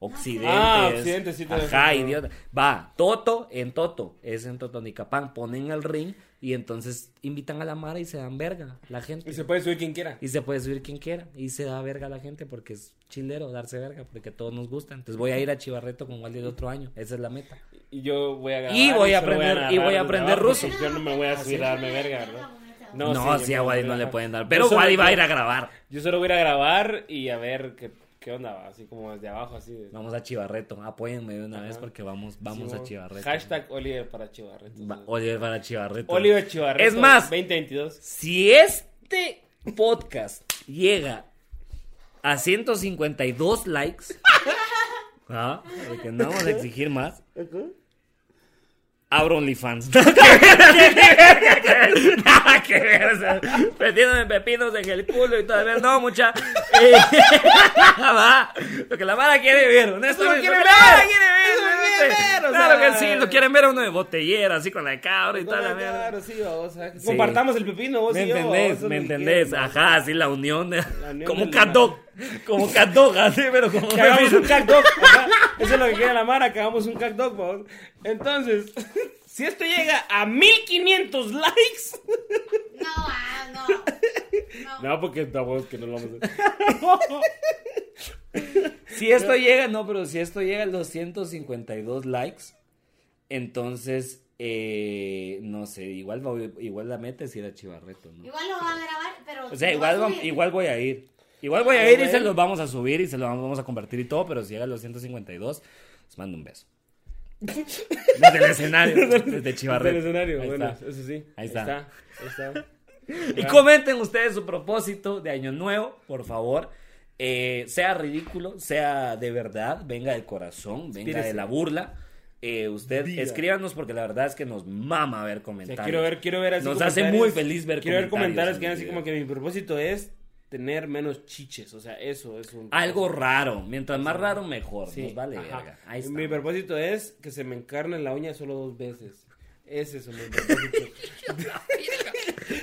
S2: Occidente.
S1: Ah,
S2: es-
S1: Occidente, sí, todo eso,
S2: Ajá,
S1: ajá.
S2: idiota. Va, Toto en Toto. Es en Totonicapán. Ponen el ring y entonces invitan a la Mara y se dan verga la gente.
S1: Y se puede subir quien quiera.
S2: Y se puede subir quien quiera. Y se da verga a la gente porque es chilero darse verga porque a todos nos gusta. Entonces voy a ir a Chivarreto con Wally el otro año. Esa es la meta.
S1: Y yo voy a grabar.
S2: Y voy a
S1: solo
S2: aprender- y voy a
S1: narrar
S2: aprender
S1: los
S2: ruso. Ah,
S1: trabajos. Yo no me voy a subir a darme verga, ¿verdad?
S2: No,
S1: sí,
S2: sí,
S1: yo
S2: a
S1: me
S2: Wally
S1: voy
S2: no le
S1: grabar.
S2: pueden dar.
S1: Yo
S2: Pero
S1: solo
S2: Wally va a
S1: voy-
S2: ir a grabar.
S1: Yo solo voy a ir a grabar y a ver qué, qué onda, va, así como desde abajo, así. de-
S2: Vamos a Chivarreto. Apóyenme de una vez porque vamos, vamos
S1: Sí,
S2: a
S1: vos.
S2: Chivarreto.
S1: Hashtag Oliver para Chivarreto.
S2: Va- Oliver para Chivarreto.
S1: Oliver Chivarreto.
S2: Es más,
S1: 2022.
S2: si este podcast llega a 152 likes, ¿ah? porque no vamos a exigir más, abro OnlyFans. Nada que ver, o sea, metiéndome pepinos en el culo y todavía no, mucha. Eh, va, lo que la mara quiere ver, honestamente.
S1: quiere
S2: lo que la mara
S1: ver,
S2: quiere ver,
S1: eso lo quiere
S2: honestamente.
S1: ver, o
S2: Claro
S1: sea.
S2: que sí, lo quieren ver a uno de botellera, así con la cabra y tal. la mierda.
S1: Claro, sí, vamos a- Compartamos el pepino, vos
S2: ¿Me
S1: y Pues yo.
S2: entendés?
S1: eso es
S2: ¿Me
S1: lo que
S2: entendés?
S1: quiero, ¿no?
S2: Ajá, sí, la unión. de-
S1: unión
S2: como
S1: de
S2: un
S1: la-
S2: cat dog. Como un cat dog, así, pero como.
S1: Que hagamos un cat dog. ajá. Eso es lo que quiere la Mara, que hagamos un cat dog, vamos. Entonces, si esto llega a 1500 likes.
S3: No, ah, no. No.
S1: No, porque tampoco que no lo vamos a
S2: Si esto llega, no, pero si esto llega a los 152 likes, entonces, eh, no sé, igual, voy- igual la meta es ir a Chivarreto, ¿no?
S3: Igual lo van a grabar, pero.
S2: O sea,
S3: lo
S2: igual,
S3: va a
S2: vam-
S3: subir.
S2: igual voy a ir. Igual voy a ir y se los vamos a subir y se los vamos a convertir y todo, pero si llega a los 152, les mando un beso. Desde el escenario, desde Chivarreto.
S1: Del escenario,
S2: Ahí
S1: bueno,
S2: está.
S1: eso sí.
S2: Ahí está.
S1: ahí está.
S2: Y comenten ustedes su propósito de año nuevo, por favor. eh, sea ridículo, sea de verdad, venga del corazón, venga
S1: Inspírese.
S2: de la burla. eh, usted
S1: Diga.
S2: escríbanos porque la verdad es que nos mama ver comentarios.
S1: quiero ver, quiero ver así
S2: Nos hace
S1: comentarios-
S2: muy feliz ver
S1: Quiero ver comentarios que
S2: en
S1: eran así
S2: los
S1: como que
S2: videos.
S1: mi propósito es tener menos chiches. O sea, eso es un.
S2: Algo raro. Mientras más raro, mejor.
S1: Sí,
S2: pues, Nos vale
S1: ajá.
S2: verga. Ahí
S1: Mi
S2: está.
S1: propósito es que se me encarne la uña solo dos veces. Ese es mi propósito.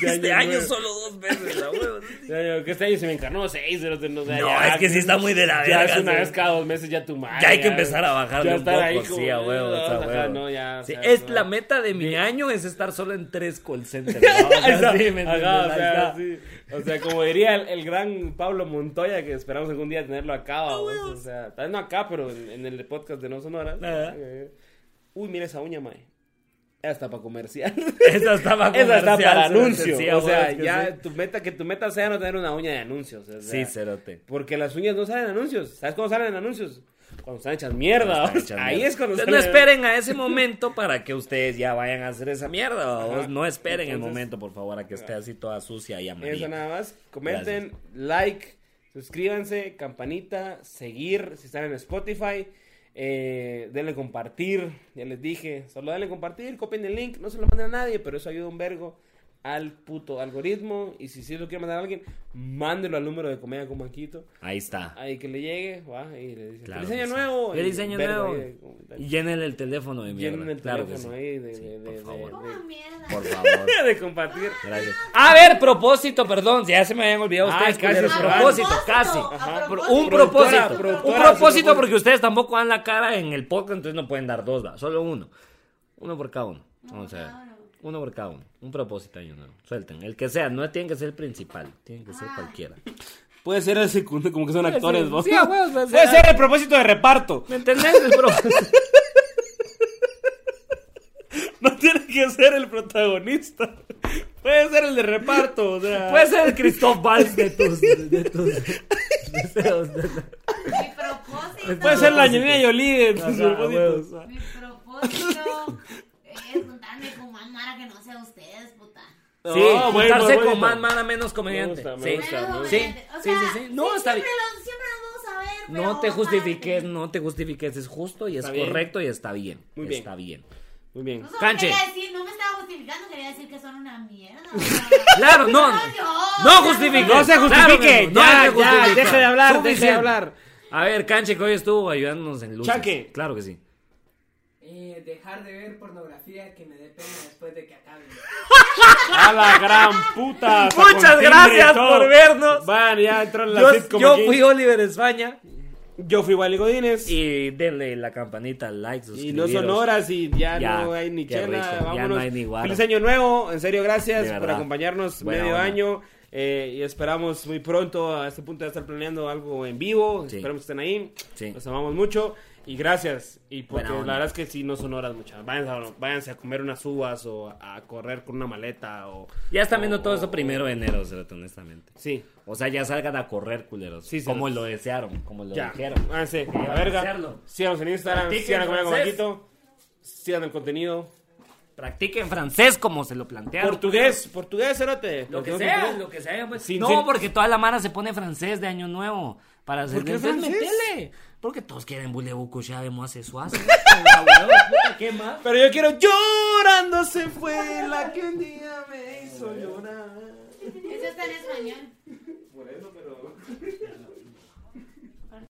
S1: De
S2: Este
S1: año
S2: año
S1: nuevo.
S2: solo dos veces, la huevo.
S1: Ya, ya, Que este año se me encarnó seis, pero no, sé,
S2: No,
S1: ya,
S2: es que sí está muy de la
S1: Ya
S2: verga.
S1: es una
S2: sí.
S1: vez cada dos meses ya tu madre.
S2: Ya hay que empezar a bajarle
S1: ya
S2: un
S1: estar
S2: poco,
S1: ahí como,
S2: sí, a huevo,
S1: "No,
S2: sí, a
S1: ajá,
S2: huevo".
S1: no, ya, o
S2: Sí,
S1: sea,
S2: es
S1: no.
S2: la meta de mi año, es estar solo en tres call centers. ¿no? O sea,
S1: Ajá,
S2: sí, ¿me entiendes?
S1: ajá, o,
S2: Ahí
S1: sea,
S2: está.
S1: sí. O sea, como diría el, el gran Pablo Montoya, que esperamos algún día tenerlo acá. vamos, o sea, tal vez no acá, pero en, en el podcast de No Sonoras.
S2: Ajá.
S1: Eh, Uy, mira esa uña, mae. Hasta para comercial.
S2: Esa está para
S1: Esa está para anuncio.
S2: anuncios
S1: o sea, ya tu meta, que tu meta sea no tener una uña de anuncios. o sea,
S2: Sí, cerote.
S1: Porque las uñas no salen en anuncios. ¿Sabes cuándo salen en anuncios? Cuando están hechas mierda.
S2: Está
S1: o sea,
S2: hecha
S1: ahí
S2: mierda.
S1: es cuando
S2: Entonces,
S1: salen.
S2: No esperen a ese momento para que ustedes ya vayan a hacer esa mierda. ¿o?
S1: Ajá.
S2: No esperen el
S1: Entonces-
S2: momento, por favor, a que esté así toda sucia y
S1: Eso
S2: amarilla.
S1: nada más. Comenten, like, suscríbanse, campanita, seguir si están en Spotify. eh, denle compartir, ya les dije. Solo denle compartir, copien el link. No se lo manden a nadie, pero eso ayuda un vergo al puto algoritmo. Y si sí lo quieren mandar a alguien, mándelo al número de Comedia con Manquito.
S2: Ahí está.
S1: Ahí que le llegue, va, y le dicen,
S2: Claro
S1: ¡Feliz año
S2: que sí.
S1: Ah, nuevo! y
S2: ¡Feliz año
S1: vergo
S2: nuevo!
S1: ahí de comentario.
S2: Y llenen el teléfono de mierda.
S1: Llenen el
S2: claro
S1: teléfono
S2: que sí.
S1: ahí de-
S2: Sí,
S1: de-
S2: por
S1: de-
S2: favor.
S1: de-
S3: Como mierda.
S2: Por favor.
S1: de compartir.
S2: Gracias. A ver, propósito, perdón, ya se me habían olvidado
S1: Ay,
S2: ustedes.
S1: casi
S2: culeros.
S1: se va.
S2: propósito,
S3: A propósito,
S2: casi.
S3: a
S2: Ajá.
S3: propósito.
S2: Un
S1: Productora,
S2: propósito.
S1: productora,
S2: un propósito
S1: su
S2: porque ustedes tampoco dan la cara en el podcast, entonces no pueden dar dos, ¿va? solo uno. Uno por cada uno. Vamos a ver.
S3: claro.
S2: Uno por cada uno. Un propósito año nuevo. Suelten. El que sea, no tiene que ser el principal, tiene que ser cualquiera.
S1: Puede ser el segundo, como que son actores, ¿no?
S2: sí, a huevos, puede
S1: Puede
S2: ser.
S1: ser el propósito de reparto.
S2: ¿Me entendés? El propósito.
S1: No tiene que ser el protagonista. Puede ser el de reparto, o sea.
S2: Puede ser el Christoph Valls de tus, de tus deseos.
S3: Mi propósito.
S1: Puede ser la Angelina Jolie de tus
S2: Ajá,
S1: propósitos.
S2: huevos.
S3: Mi propósito es juntarme con más mara que no sea ustedes, puta.
S2: Sí,
S1: No, bueno,
S2: juntarse
S1: Oh, bueno,
S2: con más
S1: bueno.
S2: mana menos comediante.
S1: Me gusta, me
S2: sí.
S1: gusta,
S3: Pero,
S1: ¿no?
S3: me-
S2: Sí,
S3: o
S2: sí,
S3: sea,
S2: sí, sí. No, está bien.
S3: Siempre los, siempre los vamos a ver. pero
S2: No te
S3: aparte.
S2: justifiques, no te justifiques, es justo y es
S1: Está bien.
S2: correcto y está bien.
S1: Muy bien.
S2: Está bien.
S1: Muy bien.
S3: No solo
S2: Canche.
S3: quería decir, no me estaba justificando, quería decir que son una mierda. o sea.
S2: Claro, no.
S3: Ay, Dios.
S2: No justifiques.
S1: No se justifique. ya,
S2: Claro, no te
S1: ya,
S2: justifiques.
S1: deja de hablar, deja de
S2: Suficiente.
S1: hablar.
S2: A ver, Canche, que hoy estuvo ayudándonos en luces.
S1: Chaque.
S2: Claro que sí.
S5: Eh, dejar de ver pornografía que me dé pena después de que acabe.
S1: A la gran puta. hasta con
S2: Muchas
S1: timbre y
S2: gracias
S1: todo.
S2: por vernos.
S1: Van, ya entró en la
S2: Yo,
S1: sitcom
S2: yo
S1: aquí.
S2: fui Oliver España.
S1: Yo fui Wally Godínez. Y,
S2: Y denle la campanita, like,
S1: no
S2: suscribiros.
S1: son horas y ya,
S2: Ya,
S1: no hay ni
S2: qué
S1: chela.
S2: rico, ya
S1: Vámonos.
S2: no hay ni guaro.
S1: Feliz año nuevo. En serio,
S2: De
S1: gracias por
S2: verdad.
S1: acompañarnos
S2: Buena
S1: medio
S2: onda.
S1: año. eh, y esperamos muy pronto a este punto de estar planeando algo en vivo.
S2: Sí.
S1: Esperamos que estén ahí.
S2: Sí.
S1: Los amamos mucho. Y gracias. Y porque
S2: Buena
S1: la
S2: onda.
S1: verdad es que sí, no son horas muchas. Váyanse a, váyanse a comer unas uvas o a correr con una maleta. o
S2: Ya están viendo
S1: o-
S2: todo eso primero de enero, Cerote, honestamente.
S1: Sí,
S2: O sea, ya salgan a correr, culeros.
S1: Sí, cerotes.
S2: como lo desearon, como lo
S1: ya.
S2: dijeron.
S1: Váyanse a la
S2: Hay que
S1: verga.
S2: hacerlo.
S1: Síganos en Instagram.
S2: Practiquen
S1: Sigan a comer con
S2: francés.
S1: Maquito. Sigan el contenido.
S2: Practiquen francés como se lo plantearon.
S1: Portugués, portugués, cerote.
S2: Lo que
S1: Portugués,
S2: sea,
S1: portugués.
S2: lo que sea. pues.
S1: Sin-
S2: no,
S1: sin-
S2: porque toda la mara se pone francés de Año Nuevo. Para hacer
S1: qué
S2: entonces,
S1: francés?
S2: metele. Porque todos quieren bulebuco ya de moase suazo. Ah, huevo, puta, ¿Qué más?
S1: Pero yo quiero llorando se fue la que un día me hizo llorar.
S3: Eso está en español.